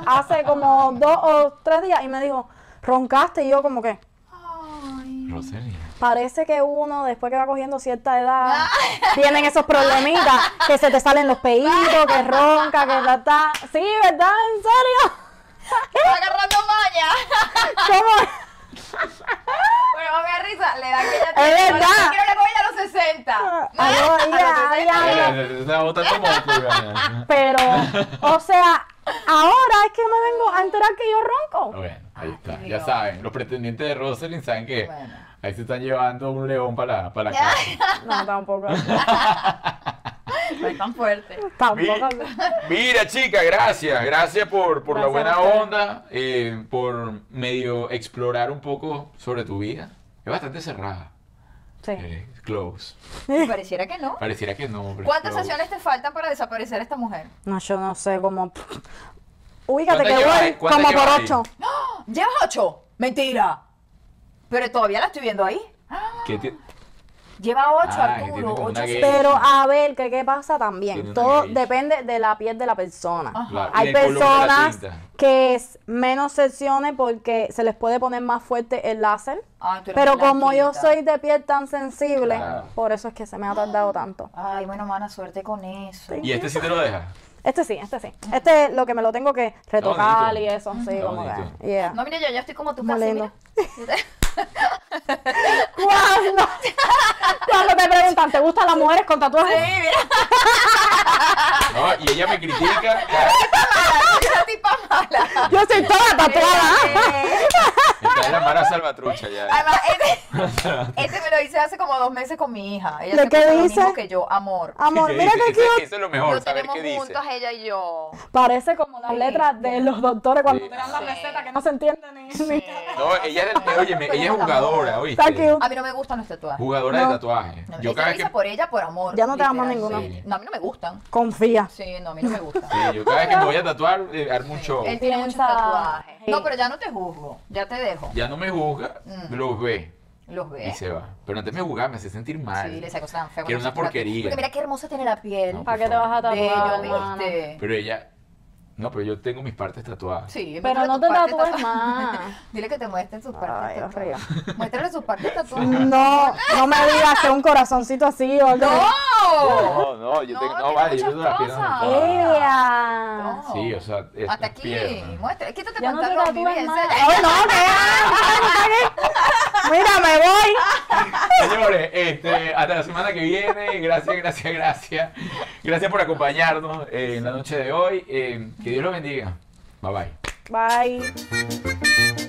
Speaker 3: hace como dos o tres días y me dijo, roncaste y yo como que,
Speaker 2: Ay.
Speaker 1: Rosario.
Speaker 3: parece que uno después que va cogiendo cierta edad tienen esos problemitas, que se te salen los peitos, que ronca, que ta, ta. Sí, ¿verdad? ¿En serio?
Speaker 2: Está agarrando maña.
Speaker 3: ¿Cómo?
Speaker 2: bueno, me da risa. Le da que ella
Speaker 3: Es
Speaker 2: tiene. Yo
Speaker 3: verdad.
Speaker 2: quiero hablar con ella a los 60.
Speaker 3: Ah, no,
Speaker 2: A los
Speaker 3: ya,
Speaker 2: 60.
Speaker 3: ya, ya. Pero, o sea, ahora es que me vengo a enterar que yo ronco.
Speaker 1: Bueno, ahí está.
Speaker 2: Dios.
Speaker 1: Ya saben, los pretendientes de Rosalind saben que
Speaker 2: Bueno.
Speaker 1: ahí se están llevando un león para la, para la casa.
Speaker 3: No, tampoco.
Speaker 2: No es tan fuerte.
Speaker 1: Mi-
Speaker 3: Tampoco.
Speaker 1: Mira, chica, gracias. Gracias por, por la
Speaker 3: Gracias
Speaker 1: buena
Speaker 3: a ustedes.
Speaker 1: onda, eh, por medio explorar un poco sobre tu vida. Es bastante cerrada.
Speaker 3: Sí.
Speaker 1: eh, close.
Speaker 2: Pareciera que no.
Speaker 1: Pareciera que no. pero es
Speaker 2: ¿Cuántas
Speaker 1: close.
Speaker 2: sesiones te faltan para desaparecer esta mujer?
Speaker 3: No, yo no sé cómo. Ubícate que
Speaker 1: ¿Cuántas llevas ahí?
Speaker 3: voy
Speaker 1: ¿Cuántas
Speaker 3: como por
Speaker 1: llevas ahí?
Speaker 3: ocho.
Speaker 2: ¿Llevas ocho? Mentira. Pero todavía la estoy viendo ahí. Ah,
Speaker 1: ¿Qué ti-
Speaker 2: Lleva ocho,
Speaker 1: Ah, que tiene
Speaker 2: Arturo.
Speaker 1: como una
Speaker 2: Ocho.
Speaker 1: gay.
Speaker 3: Pero a ver, que qué pasa
Speaker 1: Tiene
Speaker 3: también.
Speaker 1: una
Speaker 3: Todo
Speaker 1: gauge.
Speaker 3: depende de la piel de la persona.
Speaker 1: Claro, y
Speaker 3: Hay
Speaker 1: del color de la
Speaker 3: personas
Speaker 1: tinta.
Speaker 3: que es menos sesiones porque se les puede poner más fuerte el láser.
Speaker 1: Ah,
Speaker 2: Ay, tú eres
Speaker 3: Pero
Speaker 2: blanquita.
Speaker 3: como yo soy de piel tan sensible,
Speaker 1: Claro.
Speaker 3: por eso es que se me ha tardado tanto.
Speaker 2: Ay, bueno, mala suerte con eso.
Speaker 1: ¿Y este sí te lo deja?
Speaker 3: Este sí, este sí. Este es lo que me lo tengo que retocar
Speaker 1: bonito.
Speaker 3: y eso, sí,
Speaker 1: Está
Speaker 3: como
Speaker 1: bonito.
Speaker 3: que. Yeah.
Speaker 2: No, mira, yo ya estoy como tú
Speaker 3: Muy
Speaker 2: casi,
Speaker 3: lindo.
Speaker 2: mira.
Speaker 3: Cuando, cuando te preguntan, ¿te gustan las mujeres con tatuajes?
Speaker 2: Ah.
Speaker 1: No, y ella me critica. cada-
Speaker 2: Esa tipa mala.
Speaker 3: Yo soy toda tatuada.
Speaker 1: Esta es la mala salvatrucha ya.
Speaker 2: Además, ese, ese me lo hice hace como dos meses con mi hija. Ella
Speaker 3: ¿De
Speaker 2: se
Speaker 3: qué
Speaker 2: puso lo
Speaker 3: dice? Ah.
Speaker 2: mismo que yo, amor.
Speaker 3: Amor,
Speaker 1: ¿Qué
Speaker 3: mira
Speaker 1: dice?
Speaker 3: que
Speaker 1: Eso-
Speaker 3: cute.
Speaker 1: Eso es lo
Speaker 2: Lo
Speaker 1: mejor, saber
Speaker 2: tenemos
Speaker 1: qué dice.
Speaker 2: juntos, ella y yo.
Speaker 3: Parece como las letras de los doctores cuando
Speaker 1: Sí.
Speaker 3: te dan la
Speaker 2: Sí.
Speaker 3: receta que no se entiende ni. ni-
Speaker 1: No, ella es, del- óyeme, ella es jugadora, ¿oíste?
Speaker 3: Está cute.
Speaker 2: A mí no me gustan los tatuajes.
Speaker 1: Jugadora
Speaker 3: No.
Speaker 1: de tatuaje.
Speaker 2: No,
Speaker 1: Yo cada
Speaker 2: ella lo
Speaker 1: vez que
Speaker 2: hizo por ella, por amor.
Speaker 3: Ya no te amas
Speaker 2: literal,
Speaker 3: ninguno.
Speaker 2: sí. No, a mí no me gustan.
Speaker 3: Confía.
Speaker 2: Sí, no, a mí no me gustan.
Speaker 1: Sí, yo cada vez que me voy a tatuar, eh, armo un show.
Speaker 2: Él tiene muchos
Speaker 3: Piensa-
Speaker 2: tatuajes.
Speaker 3: Sí.
Speaker 2: No, pero ya no te juzgo. Ya te dejo.
Speaker 1: Ya no me juzga,
Speaker 2: Mm.
Speaker 1: los ve
Speaker 2: Los
Speaker 1: y
Speaker 2: ves.
Speaker 1: se va. Pero antes me jugaba, me hacía sentir mal.
Speaker 2: Sí, le saco tan feo.
Speaker 1: Que era una porquería.
Speaker 2: Porque mira qué hermosa tiene la piel.
Speaker 1: No,
Speaker 3: ¿Para qué te vas a tatuar,
Speaker 2: Bello,
Speaker 3: hermana?
Speaker 2: viste.
Speaker 1: Pero ella, no, pero yo tengo mis partes tatuadas.
Speaker 2: Sí,
Speaker 3: Pero
Speaker 2: muéstrale
Speaker 3: no
Speaker 2: tus
Speaker 3: te
Speaker 2: partes
Speaker 3: tatúes
Speaker 2: tatuadas.
Speaker 3: más.
Speaker 2: Dile que te muestren sus partes
Speaker 3: Ay,
Speaker 2: tatuadas. Muéstrale sus partes tatuadas.
Speaker 3: No, no me digas que un corazoncito así o algo.
Speaker 2: ¡No!
Speaker 1: No, no, yo
Speaker 2: No,
Speaker 1: tengo, no,
Speaker 2: tiene
Speaker 1: vale, yo
Speaker 2: muchas
Speaker 1: tengo las piernas
Speaker 2: cosas.
Speaker 1: tatuadas.
Speaker 3: ¡Ea!
Speaker 2: No.
Speaker 1: Sí, o sea, es
Speaker 2: Hasta
Speaker 1: las
Speaker 2: aquí,
Speaker 1: piernas.
Speaker 2: muestra. Quítate
Speaker 3: Ya no te
Speaker 2: pantalón, mi
Speaker 3: tatúes
Speaker 2: vida,
Speaker 3: más.
Speaker 2: en serio.
Speaker 3: ¡Ay, no! ¿qué? Mira, me voy.
Speaker 1: Señores, este, hasta la semana que viene. Gracias, gracias, gracias. Gracias por acompañarnos eh, en la noche de hoy. Eh, que Dios los bendiga. Bye bye.
Speaker 3: Bye.